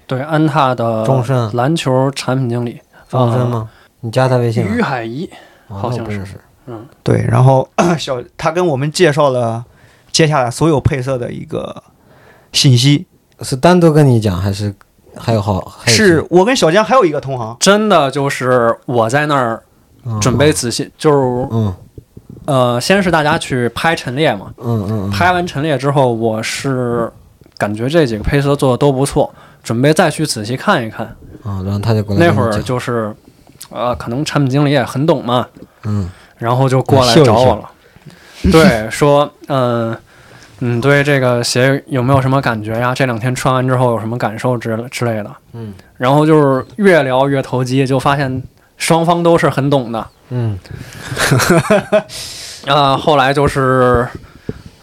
S3: 对安踏的
S5: 钟声
S3: 篮球产品经理啊
S5: 方生吗？你加他微信
S3: 于
S5: 了？
S3: 海怡，
S5: 哦
S3: 好
S5: 那
S3: 像
S5: 我不认
S3: 是
S5: 识。
S3: 嗯，
S4: 对，然后 小他跟我们介绍了接下来所有配色的一个信息，
S5: 是单独跟你讲还是还有好？还有
S4: 是我跟小江还有一个同行，
S3: 真的就是我在那儿
S5: 嗯
S3: 准备仔细，就是
S5: 嗯
S3: 呃，先是大家去拍陈列嘛，
S5: 嗯嗯嗯
S3: 拍完陈列之后，我是感觉这几个配色做的都不错，准备再去仔细看一看。
S5: 嗯，然后他就过来
S3: 那
S5: 跟
S3: 会
S5: 你
S3: 儿
S5: 讲
S3: 就是，呃，可能产品经理也很懂嘛，
S5: 嗯
S3: 然后就过来找我了，对，说，嗯、嗯，对这个鞋有没有什么感觉呀？这两天穿完之后有什么感受之之类的？
S5: 嗯，
S3: 然后就是越聊越投机，就发现双方都是很懂的。
S5: 嗯
S3: 啊、后来就是，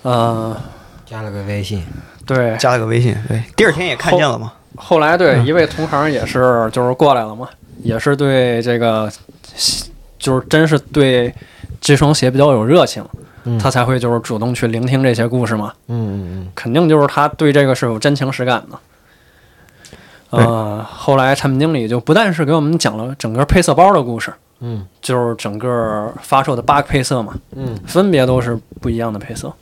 S3: 呃，
S5: 加了个微信，
S3: 对，
S4: 加了个微信，对，第二天也看见了嘛，
S3: 后来对一位同行也是，就是过来了嘛，也是对这个，就是真是对这双鞋比较有热情，
S5: 嗯
S3: 他才会就是主动去聆听这些故事嘛。
S5: 嗯嗯
S3: 肯定就是他对这个是有真情实感的。呃，后来产品经理就不但是给我们讲了整个配色包的故事，
S5: 嗯
S3: 就是整个发售的八个配色嘛，
S5: 嗯
S3: 分别都是不一样的配色。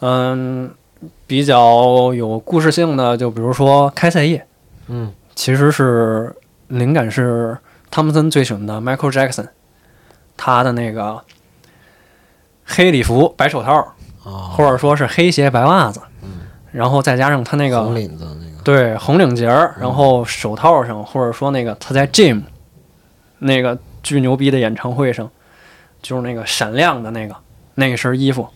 S3: 嗯，比较有故事性的，就比如说开赛夜，
S5: 嗯
S3: 其实是灵感是汤姆森最喜欢的 Michael Jackson，他的那个黑礼服、白手套，
S5: 哦，
S3: 或者说是黑鞋、白袜子，然后再加上他那个
S5: 嗯红领子那个
S3: 对红领结儿，然后手套上，或者说那个他在 Jim 那个巨牛逼的演唱会上，就是那个闪亮的那个那一身衣服，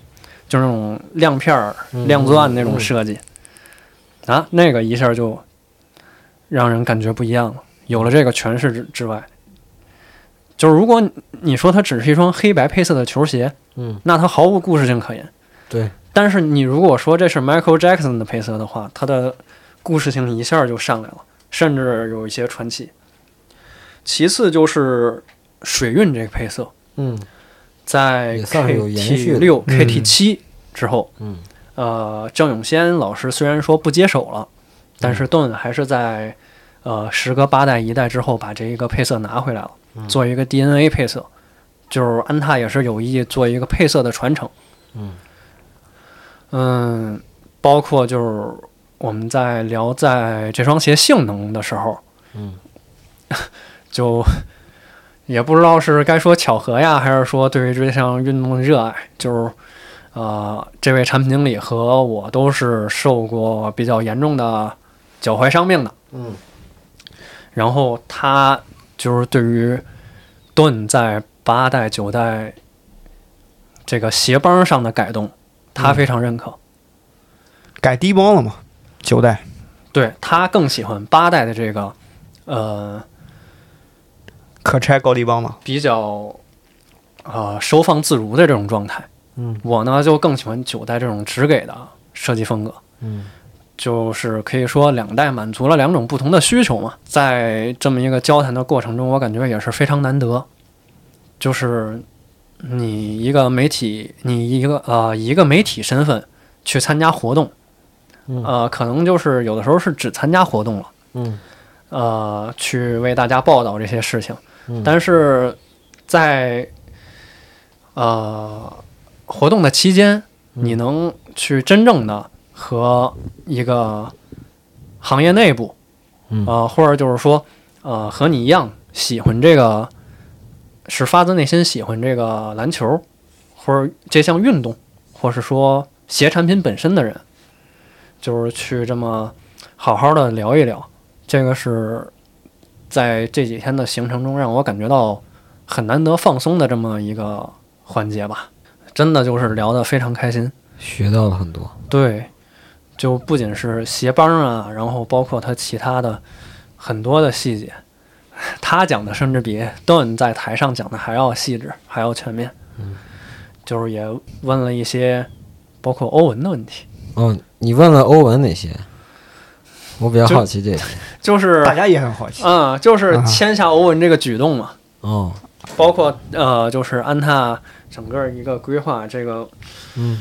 S3: 就是那种亮片儿、亮钻那种设计、啊，那个一下就让人感觉不一样了。有了这个诠释之之外，就是如果你你说它只是一双黑白配色的球鞋，
S5: 嗯，
S3: 那它毫无故事性可言。
S5: 对，
S3: 但是你如果说这是 Michael Jackson 的配色的话，它的故事性一下就上来了，甚至有一些传奇。其次就是水韵这个配色，
S5: 嗯
S3: 在
S5: 也算是有延
S3: KT
S5: 续的
S3: 六、
S4: 嗯
S3: KT 七之后，
S5: 嗯
S3: 呃，郑永先老师虽然说不接手了，但是邓还是在呃时隔八代一代之后把这一个配色拿回来了，做一个 DNA 配色，就是安踏也是有意做一个配色的传承。
S5: 嗯
S3: 嗯，包括就是我们在聊在这双鞋性能的时候，
S5: 嗯，
S3: 就也不知道是该说巧合呀，还是说对于这项运动的热爱，就是。呃，这位产品经理和我都是受过比较严重的脚踝伤病的，
S5: 嗯，
S3: 然后他就是对于盾在八代、九代这个鞋帮上的改动，他非常认可。
S4: 改低帮了嘛，九代，
S3: 对他更喜欢八代的这个，呃，
S4: 可拆高低帮嘛，
S3: 比较呃收放自如的这种状态。
S5: 嗯，
S3: 我呢就更喜欢九代这种直给的设计风格。
S5: 嗯，
S3: 就是可以说两代满足了两种不同的需求嘛。在这么一个交谈的过程中，我感觉也是非常难得。就是你一个媒体，你一个呃以一个媒体身份去参加活动，
S5: 嗯
S3: 呃，可能就是有的时候是只参加活动了。
S5: 嗯
S3: 呃，去为大家报道这些事情。
S5: 嗯
S3: 但是在呃活动的期间，你能去真正的和一个行业内部，
S5: 嗯
S3: 呃，或者就是说，呃，和你一样喜欢这个，是发自内心喜欢这个篮球，或者这项运动，或是说鞋产品本身的人，就是去这么好好的聊一聊。这个是在这几天的行程中让我感觉到很难得放松的这么一个环节吧。真的就是聊得非常开心。
S2: 学到了很多。
S3: 对，就不仅是鞋帮啊，然后包括他其他的很多的细节，他讲的甚至比 Don 在台上讲的还要细致，还要全面。就是也问了一些包括欧文的问题，
S2: 哦，你问了欧文哪些？我比较好奇这个。
S3: 就是
S4: 大家也啊很好奇。
S3: 嗯，就是签下欧文这个举动嘛，
S2: 哦，
S3: 包括呃，就是安踏整个一个规划，这个，
S2: 嗯，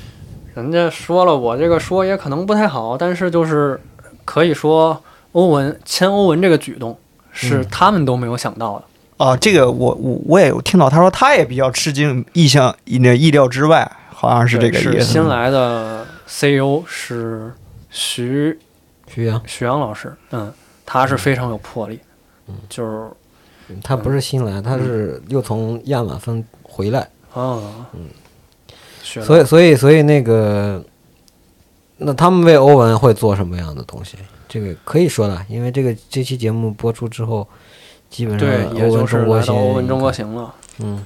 S3: 人家说了，我这个说也可能不太好，但是就是可以说欧文签欧文这个举动是他们都没有想到的，
S4: 哦，这个我我我也有听到，他说他也比较吃惊，意向那意料之外，好像是这个
S3: 是
S4: 意思。
S3: 新来的 CEO 是徐
S2: 徐阳，
S3: 徐阳老师，嗯，他是非常有魄力，就是
S2: 他不是新来，他是又从亚马逊回来，
S3: 啊，嗯，学
S2: 所
S3: 以
S2: 以所以所以那个，那他们为欧文会做什么样的东西？这个可以说了，因为这个这期节目播出之后，基本上
S3: 对，也
S2: 欧文
S3: 就是
S2: 中国
S3: 来到
S2: 行，
S3: 欧文中国行了。
S2: 嗯，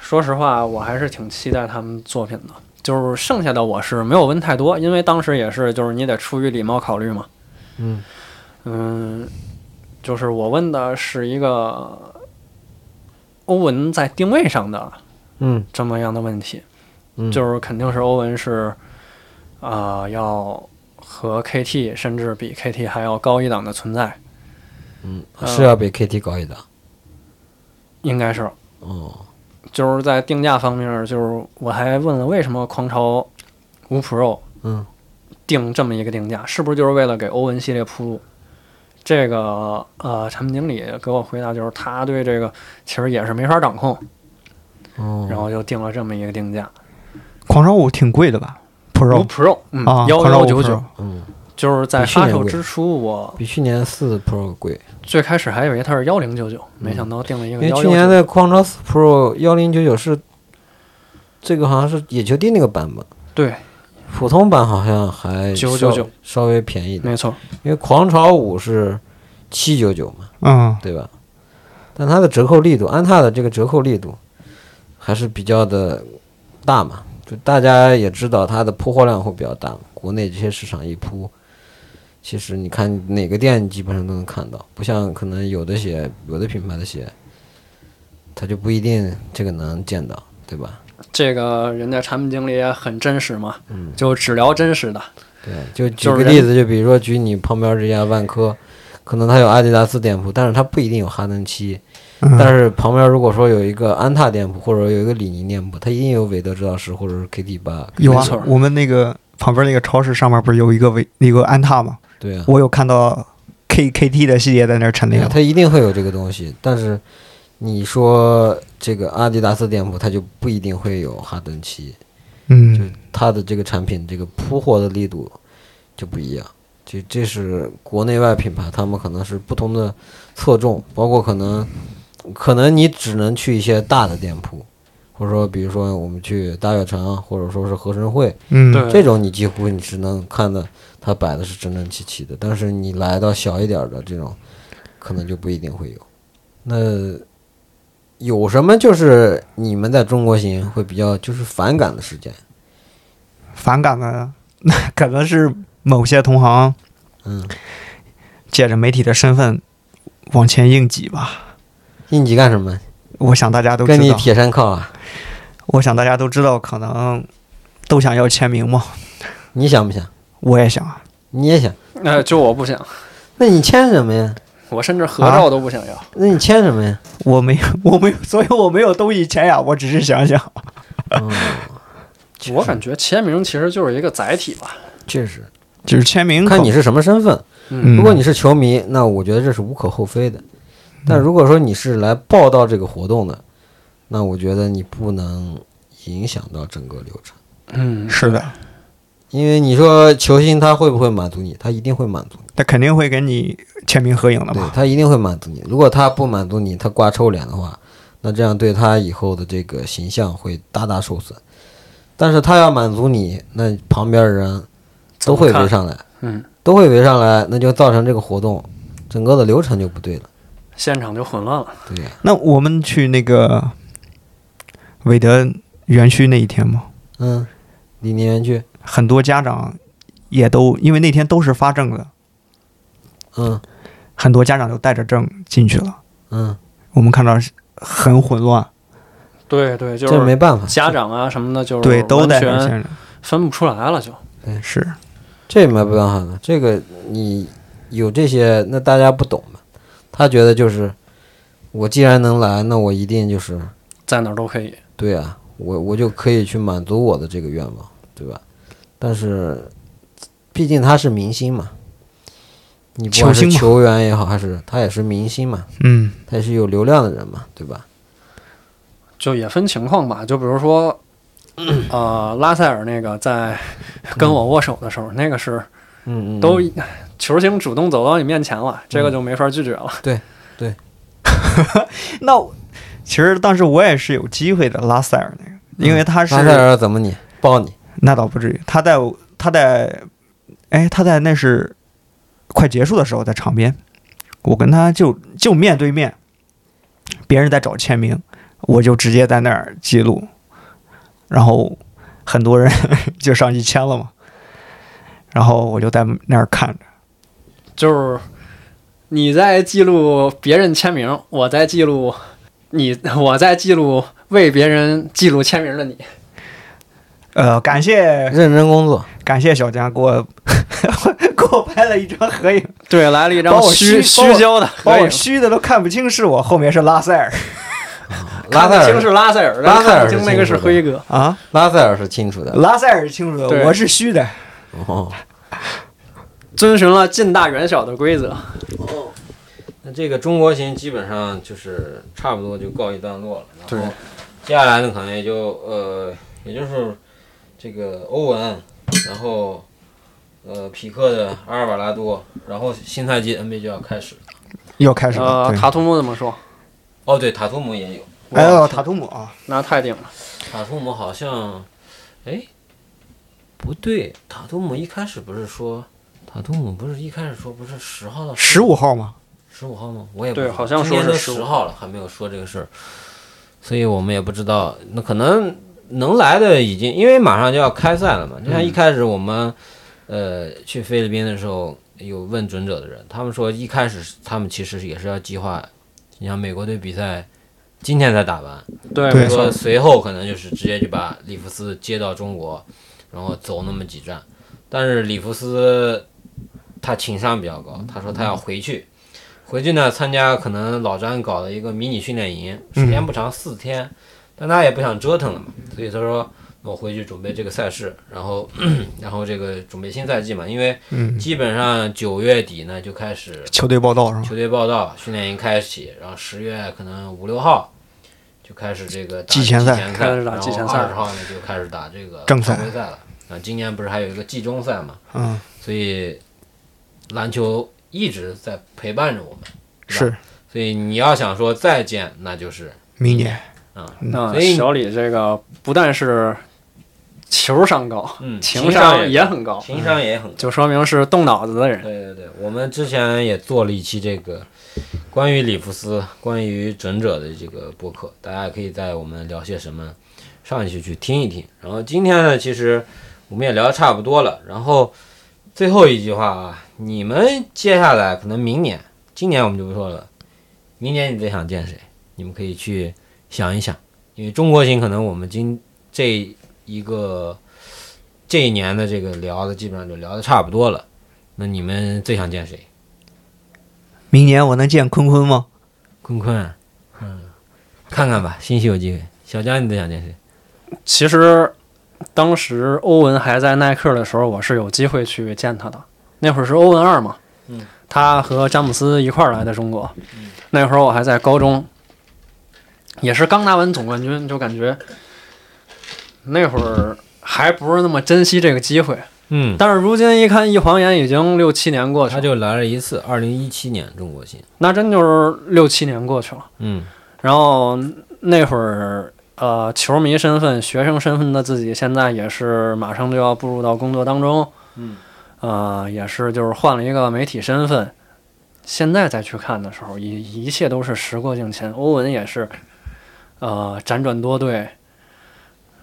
S3: 说实话，我还是挺期待他们作品的。就是剩下的我是没有问太多，因为当时也是，就是你得出于礼貌考虑嘛。
S2: 嗯
S3: 嗯，就是我问的是一个欧文在定位上的
S2: 嗯
S3: 这么样的问题，
S2: 嗯，
S3: 就是肯定是欧文是啊、呃要和 KT 甚至比 KT 还要高一档的存在，
S2: 嗯
S3: 呃
S2: 是要比 KT 高一档
S3: 应该是
S2: 哦，
S3: 就是在定价方面儿，就是我还问了为什么狂潮五 Pro
S2: 嗯
S3: 定这么一个定价，是不是就是为了给欧文系列铺路？这个呃，产品经理给我回答就是他对这个其实也是没法掌控，
S4: 嗯
S2: 哦，
S3: 然后就定了这么一个定价，
S4: 狂潮五挺贵的吧
S3: 五
S4: ？Pro
S3: Pro 嗯
S4: 啊，
S3: 幺
S4: 狂潮
S3: 幺
S4: 五
S3: 九
S4: Pro
S3: 九，
S2: 嗯，
S3: 就是在
S2: 比去年
S3: 发售
S2: 贵
S3: 之初，我
S2: 比去年四 Pro 贵，
S3: 最开始还以为它是幺零九九，
S4: 嗯
S3: 没想到定了一
S2: 因
S3: 个
S2: 为
S3: 幺
S2: 去年
S3: 幺九。
S2: 的狂潮四 Pro 幺零九九是这个好像是野球帝那个版本，
S3: 对，
S2: 普通版好像还
S3: 999
S2: 稍稍微便宜点。
S3: 没错，
S2: 因为狂潮五是七九九嘛，
S4: 嗯，
S2: 对吧？但它的折扣力度，安踏的这个折扣力度还是比较的大嘛，就大家也知道它的铺货量会比较大，国内这些市场一铺，其实你看哪个店基本上都能看到，不像可能有的鞋，有的品牌的鞋，它就不一定这个能见到，对吧？
S3: 这个人家产品经理也很真实嘛，
S4: 嗯
S3: 就只聊真实的。
S2: 对，就举
S3: 就是
S2: 个
S3: 人
S2: 例子，就比如说举你旁边这家万科，可能它有阿迪达斯店铺，但是它不一定有哈登七。
S4: 嗯
S2: 但是旁边如果说有一个安踏店铺或者有一个李宁店铺，它一定有韦德制造师或者是 KT 八。
S4: 有
S3: 没
S4: 啊
S3: 错，
S4: 我们那个旁边那个超市上面不是有一个维那个安踏吗？
S2: 对啊，
S4: 我有看到 K K T 的系列在那儿陈列
S2: 对啊，它一定会有这个东西。但是你说这个阿迪达斯店铺，它就不一定会有哈登七，
S4: 嗯，
S2: 它的这个产品这个铺货的力度就不一样。这这是国内外品牌，他们可能是不同的侧重，包括可能可能你只能去一些大的店铺，或者说比如说我们去大悦城，啊或者说是合生汇，
S4: 嗯，
S3: 对
S2: 这种你几乎你只能看到它摆的是整整齐齐的，但是你来到小一点儿的这种，可能就不一定会有。那有什么就是你们在中国行会比较就是反感的事件？
S4: 反感的那可能是某些同行
S2: 嗯，
S4: 借着媒体的身份往前硬挤吧。
S2: 应急干什么？
S4: 我想大家都知
S2: 跟你
S4: 道，
S2: 铁山靠啊？
S4: 我想大家都知道，可能都想要签名嘛。
S2: 你想不想？
S4: 我也想啊，
S2: 你也想？
S3: 呃，就我不想，
S2: 那你签什么呀？
S3: 我甚至合照都不想要。
S2: 那你签什么呀？
S4: 我没有，我没有，所以我没有东西签呀，我只是想想。
S2: 嗯，
S3: 我感觉签名其实就是一个载体吧。
S2: 确实，
S4: 就是签名可
S2: 看你是什么身份。
S4: 嗯
S2: 如果你是球迷，那我觉得这是无可厚非的。但如果说你是来报道这个活动的，那我觉得你不能影响到整个流程，
S3: 嗯，
S4: 是的，
S2: 因为你说球星他会不会满足你？他一定会满足你，
S4: 他肯定会跟你签名合影的
S3: 啊
S2: 对
S4: 嘛。
S2: 他一定会满足你。如果他不满足你，他挂臭脸的话，那这样对他以后的这个形象会大大受损。但是他要满足你，那旁边的人都会
S3: 怎么看
S2: 围上来。
S3: 嗯，
S2: 都会围上来，那就造成这个活动整个的流程就不对了。
S3: 现场就混乱了。
S2: 对呀、
S4: 那我们去那个韦德园区那一天嘛，
S5: 嗯，离你园区，
S4: 很多家长也都因为那天都是发证的，
S5: 嗯
S4: 很多家长就带着证进去了。
S5: 嗯，
S4: 我们看到是很混乱，
S3: 对对，就
S5: 这没
S3: 是
S5: 办法，
S3: 家长啊什么的，就是
S4: 对，都
S3: 完
S4: 带着
S3: 全
S4: 先生，
S3: 分不出来了，就。
S4: 是
S5: 这没办法了，这个你有这些，那大家不懂嘛？他觉得就是，我既然能来，那我一定就是，
S3: 在哪儿都可以。
S5: 对啊，我我就可以去满足我的这个愿望，对吧？但是，毕竟他是明星嘛，你不管
S4: 球
S5: 是
S4: 星嘛
S5: 球员也好，还是他也是明星嘛，
S4: 嗯，
S5: 他也是有流量的人嘛，对吧？
S3: 就也分情况吧，就比如说，呃，拉塞尔那个在跟我握手的时候，那个是
S5: 嗯嗯，
S3: 都球星主动走到你面前了，这个就没法拒绝了。
S4: 那我其实当时我也是有机会的，拉塞尔那个，因为他是、
S5: 拉塞尔怎么你抱你？
S4: 那倒不至于，他在他在哎他在那是快结束的时候在场边，我跟他就就面对面，别人在找签名，我就直接在那儿记录，然后很多人 就上去签了嘛，然后我就在那儿看着，
S3: 就是你在记录别人签名，我在记录你， 我在记录为别人记录签名的你。
S4: 呃，感谢
S5: 认真工作，
S4: 感谢小江给我 给我拍了一张合影，
S3: 对，来了一
S4: 把
S3: 张
S4: 我
S3: 虚
S4: 虚把我
S3: 虚焦的
S4: 把
S3: 合
S4: 我
S3: 影，
S4: 虚的都看不清是我，后面是拉塞尔
S5: 拉塞
S3: 看不清
S5: 尔
S3: 是拉塞尔，
S5: 拉塞尔
S3: 看不清那个是辉哥。
S4: 啊。
S5: 拉塞尔是清楚的，
S4: 拉塞尔是清楚
S3: 对
S4: 的，我是虚的。
S5: 哦，
S3: 遵循了近大远小的规则，
S2: 那这个中国行基本上就是差不多就告一段落了，
S3: 对
S2: 然后接下来呢可能也就呃，也就是这个欧文，然后呃匹克的阿尔瓦拉多，然后新赛季 NBA 就要开始。
S4: 又开始了。
S3: 呃，
S4: 对
S3: 塔图姆怎么说？
S2: 哦，对，塔图姆也有，
S4: 哎呦，塔图姆啊，
S3: 那太顶了。
S2: 塔图姆好像，哎，不对，塔图姆一开始不是说，塔图姆不是一开始说不是十号到
S4: 十五号嘛，
S2: 十五号吗？我也不
S3: 对
S2: 知道
S3: 好像说
S2: 今
S3: 是
S2: 年都
S3: 15
S2: 十号了，还没有说这个事儿，所以我们也不知道。那可能能来的已经，因为马上就要开赛了嘛。就像
S3: 嗯
S2: 一开始我们、呃去菲律宾的时候，有问准者的人，他们说一开始他们其实也是要计划，你像美国队比赛今天才打完，
S3: 对，
S4: 对
S3: 没错
S2: 说，随后可能就是直接就把里弗斯接到中国，然后走那么几站。但是里弗斯他情商比较高，他说他要回去，回去呢参加可能老詹搞的一个迷你训练营，时
S3: 嗯
S2: 间不长，四天，但他也不想折腾了嘛，所以他说我回去准备这个赛事，然后 然后这个准备新赛季嘛，因为
S4: 嗯，
S2: 基本上九月底呢就开始
S4: 球队报道是吧？
S2: 球队报道，训练营开启，然后十月可能五六号就开始这个打
S4: 季前赛
S2: 赛，
S3: 开始打季前赛
S2: 二十号呢就开始打这个
S4: 正赛
S2: 常规赛了。啊，今年不是还有一个季中赛嘛，
S4: 嗯，
S2: 所以篮球一直在陪伴着我们。
S4: 是
S2: 所以你要想说再见，那就是
S4: 明年。
S3: 那
S2: 所以
S3: 小李这个不但是球商高，
S2: 嗯，
S3: 情
S2: 商
S3: 商也很高，
S2: 情商也很高。
S3: 就说明是动脑子的人。
S2: 对对对，我们之前也做了一期这个关于里弗斯、关于准者的这个播客，大家可以在我们聊些什么上一期去听一听。然后今天呢，其实我们也聊得差不多了。然后最后一句话啊，你们接下来可能明年，今年我们就不说了，明年你最想见谁？你们可以去想一想，因为中国行可能我们今这一个这一年的这个聊的基本上就聊的差不多了。那你们最想见谁？
S4: 明年我能见坤坤吗？
S2: 坤坤，嗯，看看吧，兴许有机会。小江，你最想见谁？
S3: 其实当时欧文还在耐克的时候，我是有机会去见他的。那会儿是欧文二嘛，
S2: 嗯，
S3: 他和詹姆斯一块儿来的中国。那会儿我还在高中，也是刚拿完总冠军，就感觉那会儿还不是那么珍惜这个机会。
S2: 嗯，
S3: 但是如今一看，一晃眼已经六七年过去
S2: 他
S3: 了，
S2: 就来了一次，二零一七年中国行。
S3: 那真就是六七年过去了。
S2: 嗯
S3: 然后那会儿，呃，球迷身份、学生身份的自己，现在也是马上就要步入到工作当中。
S2: 嗯，
S3: 呃，也是就是换了一个媒体身份，现在再去看的时候，一一切都是时过境迁。欧文也是，呃，辗转多队，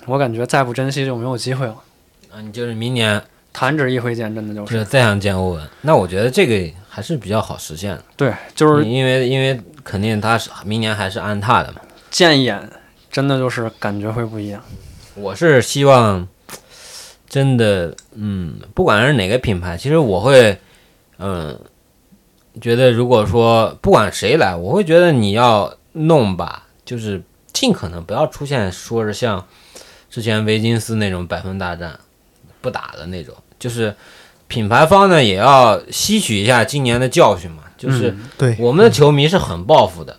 S3: 我感觉再不珍惜就没有机会了。
S2: 啊，你就是明年
S3: 弹指一挥间，真的就
S2: 就是是再想见欧文，那我觉得这个还是比较好实现的，
S3: 对，就是
S2: 因为因为肯定他是明年还是安踏的嘛。
S3: 见一眼，真的就是感觉会不一样。
S2: 我是希望，真的，嗯，不管是哪个品牌，其实我会，嗯，觉得如果说不管谁来，我会觉得你要弄吧，就是尽可能不要出现说是像之前维金斯那种百分大战不打的那种，就是品牌方呢也要吸取一下今年的教训嘛，就是。
S3: 嗯
S4: 对，
S2: 我们的球迷是很报复的，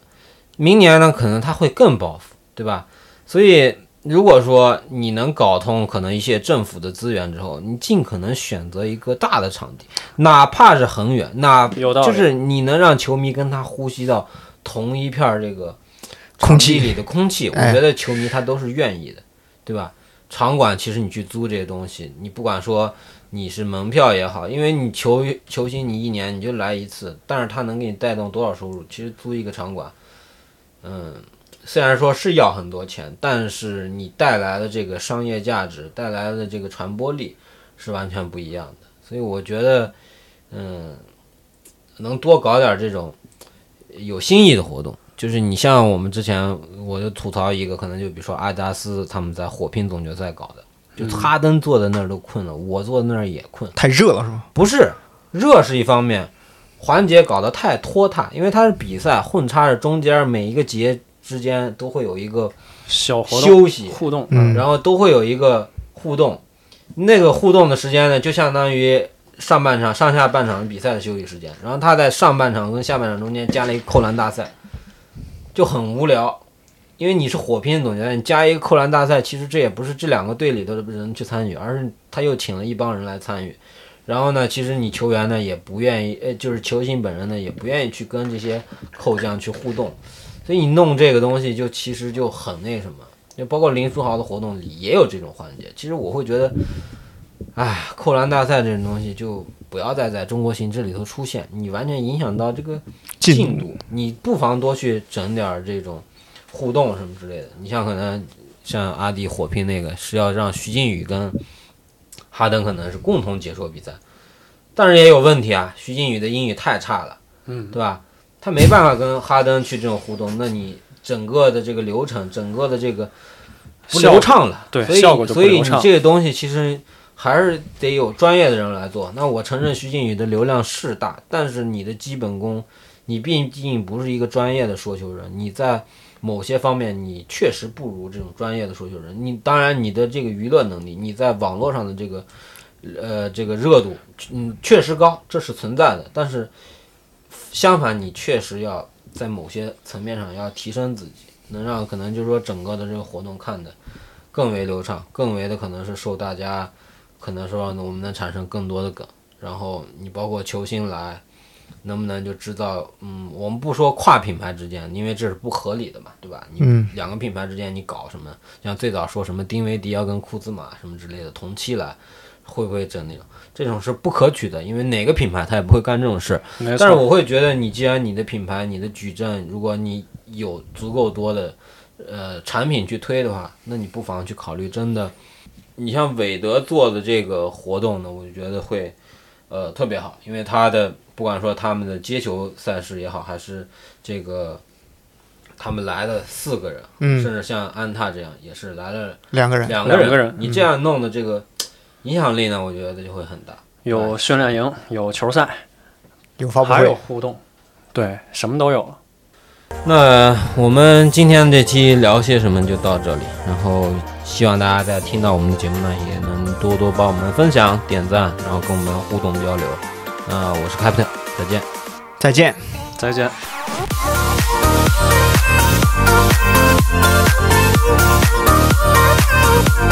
S2: 明年呢可能他会更报复，对吧？所以如果说你能搞通可能一些政府的资源之后，你尽可能选择一个大的场地，哪怕是很远，哪
S3: 有道理
S2: 就是你能让球迷跟他呼吸到同一片儿这个
S4: 空
S2: 场地
S4: 气
S2: 里的空气，我
S4: 哎
S2: 觉得球迷他都是愿意的，对吧？场馆其实你去租这些东西，你不管说你是门票也好，因为你球球星你一年你就来一次，但是他能给你带动多少收入？其实租一个场馆，嗯，虽然说是要很多钱，但是你带来的这个商业价值，带来的这个传播力是完全不一样的。所以我觉得，嗯，能多搞点这种有新意的活动。就是你像我们之前，我就吐槽一个，可能就比如说阿迪达斯他们在火拼总决赛搞的，
S3: 嗯
S2: 就哈登坐在那儿都困了，我坐在那儿也困。
S4: 太热了是吧？
S2: 不是热是一方面，环节搞得太拖沓，因为它是比赛，混插着中间每一个节之间都会有一个
S3: 小活动
S2: 休息，
S3: 互动，
S4: 嗯
S2: 然后都会有一个互动，那个互动的时间呢，就相当于上半场、上下半场比赛的休息时间。然后他在上半场跟下半场中间加了一个扣篮大赛，就很无聊，因为你是火拼总决赛，你加一个扣篮大赛，其实这也不是这两个队里头的人去参与，而是他又请了一帮人来参与。然后呢，其实你球员呢也不愿意，呃，就是球星本人呢也不愿意去跟这些扣将去互动，所以你弄这个东西就其实就很那什么。就包括林书豪的活动里也有这种环节。其实我会觉得，哎，扣篮大赛这种东西就不要再在中国形制里头出现，你完全影响到这个
S4: 进
S2: 进度。你不妨多去整点儿这种互动什么之类的。你像可能像阿迪火拼那个是要让徐静宇跟哈登可能是共同解说比赛，但是也有问题啊，徐静宇的英语太差了，
S3: 嗯，
S2: 对吧？他没办法跟哈登去这种互动，那你整个的这个流程，整个的这个不
S3: 效
S2: 流
S3: 果
S2: 畅了，
S3: 对
S2: 所以
S3: 效果就不
S2: 所以
S3: 流
S2: 你
S3: 畅
S2: 这个东西其实还是得有专业的人来做。那我承认徐静宇的流量是大，但是你的基本功，你毕竟不是一个专业的说球人，你在某些方面你确实不如这种专业的说球人。你当然你的这个娱乐能力，你在网络上的这个呃这个热度，嗯，确实高，这是存在的。但是相反，你确实要在某些层面上要提升自己，能让可能就是说整个的这个活动看的。更为流畅，更为的可能是受大家，可能说我们能产生更多的梗，然后你包括球星来，能不能就制造，嗯，我们不说跨品牌之间，因为这是不合理的嘛，对吧？你
S4: 嗯
S2: 两个品牌之间你搞什么，像最早说什么丁威迪要跟库兹马什么之类的同期来，会不会整那种？这种是不可取的，因为哪个品牌他也不会干这种事儿。
S3: 嗯没
S2: 但是
S3: 错，
S2: 我会觉得，你既然你的品牌、你的矩阵，如果你有足够多的呃产品去推的话，那你不妨去考虑真的。你像韦德做的这个活动呢，我就觉得会呃特别好，因为他的不管说他们的接球赛事也好，还是这个他们来的四个人，
S4: 嗯
S2: 甚至像安踏这样也是来了
S4: 两个人，
S2: 两个人，
S3: 两个人
S2: 你这样弄的这个影响力呢，我觉得就会很大。
S3: 有训练营，有球赛，
S4: 有发布
S3: 还有
S4: 会，
S3: 互动，对，什么都有了。
S2: 那我们今天这期聊些什么就到这里，然后希望大家在听到我们的节目呢，也能多多帮我们分享、点赞，然后跟我们互动交流。那我是 Captain，再见。
S4: 再见。
S3: 再见。
S6: Thank you.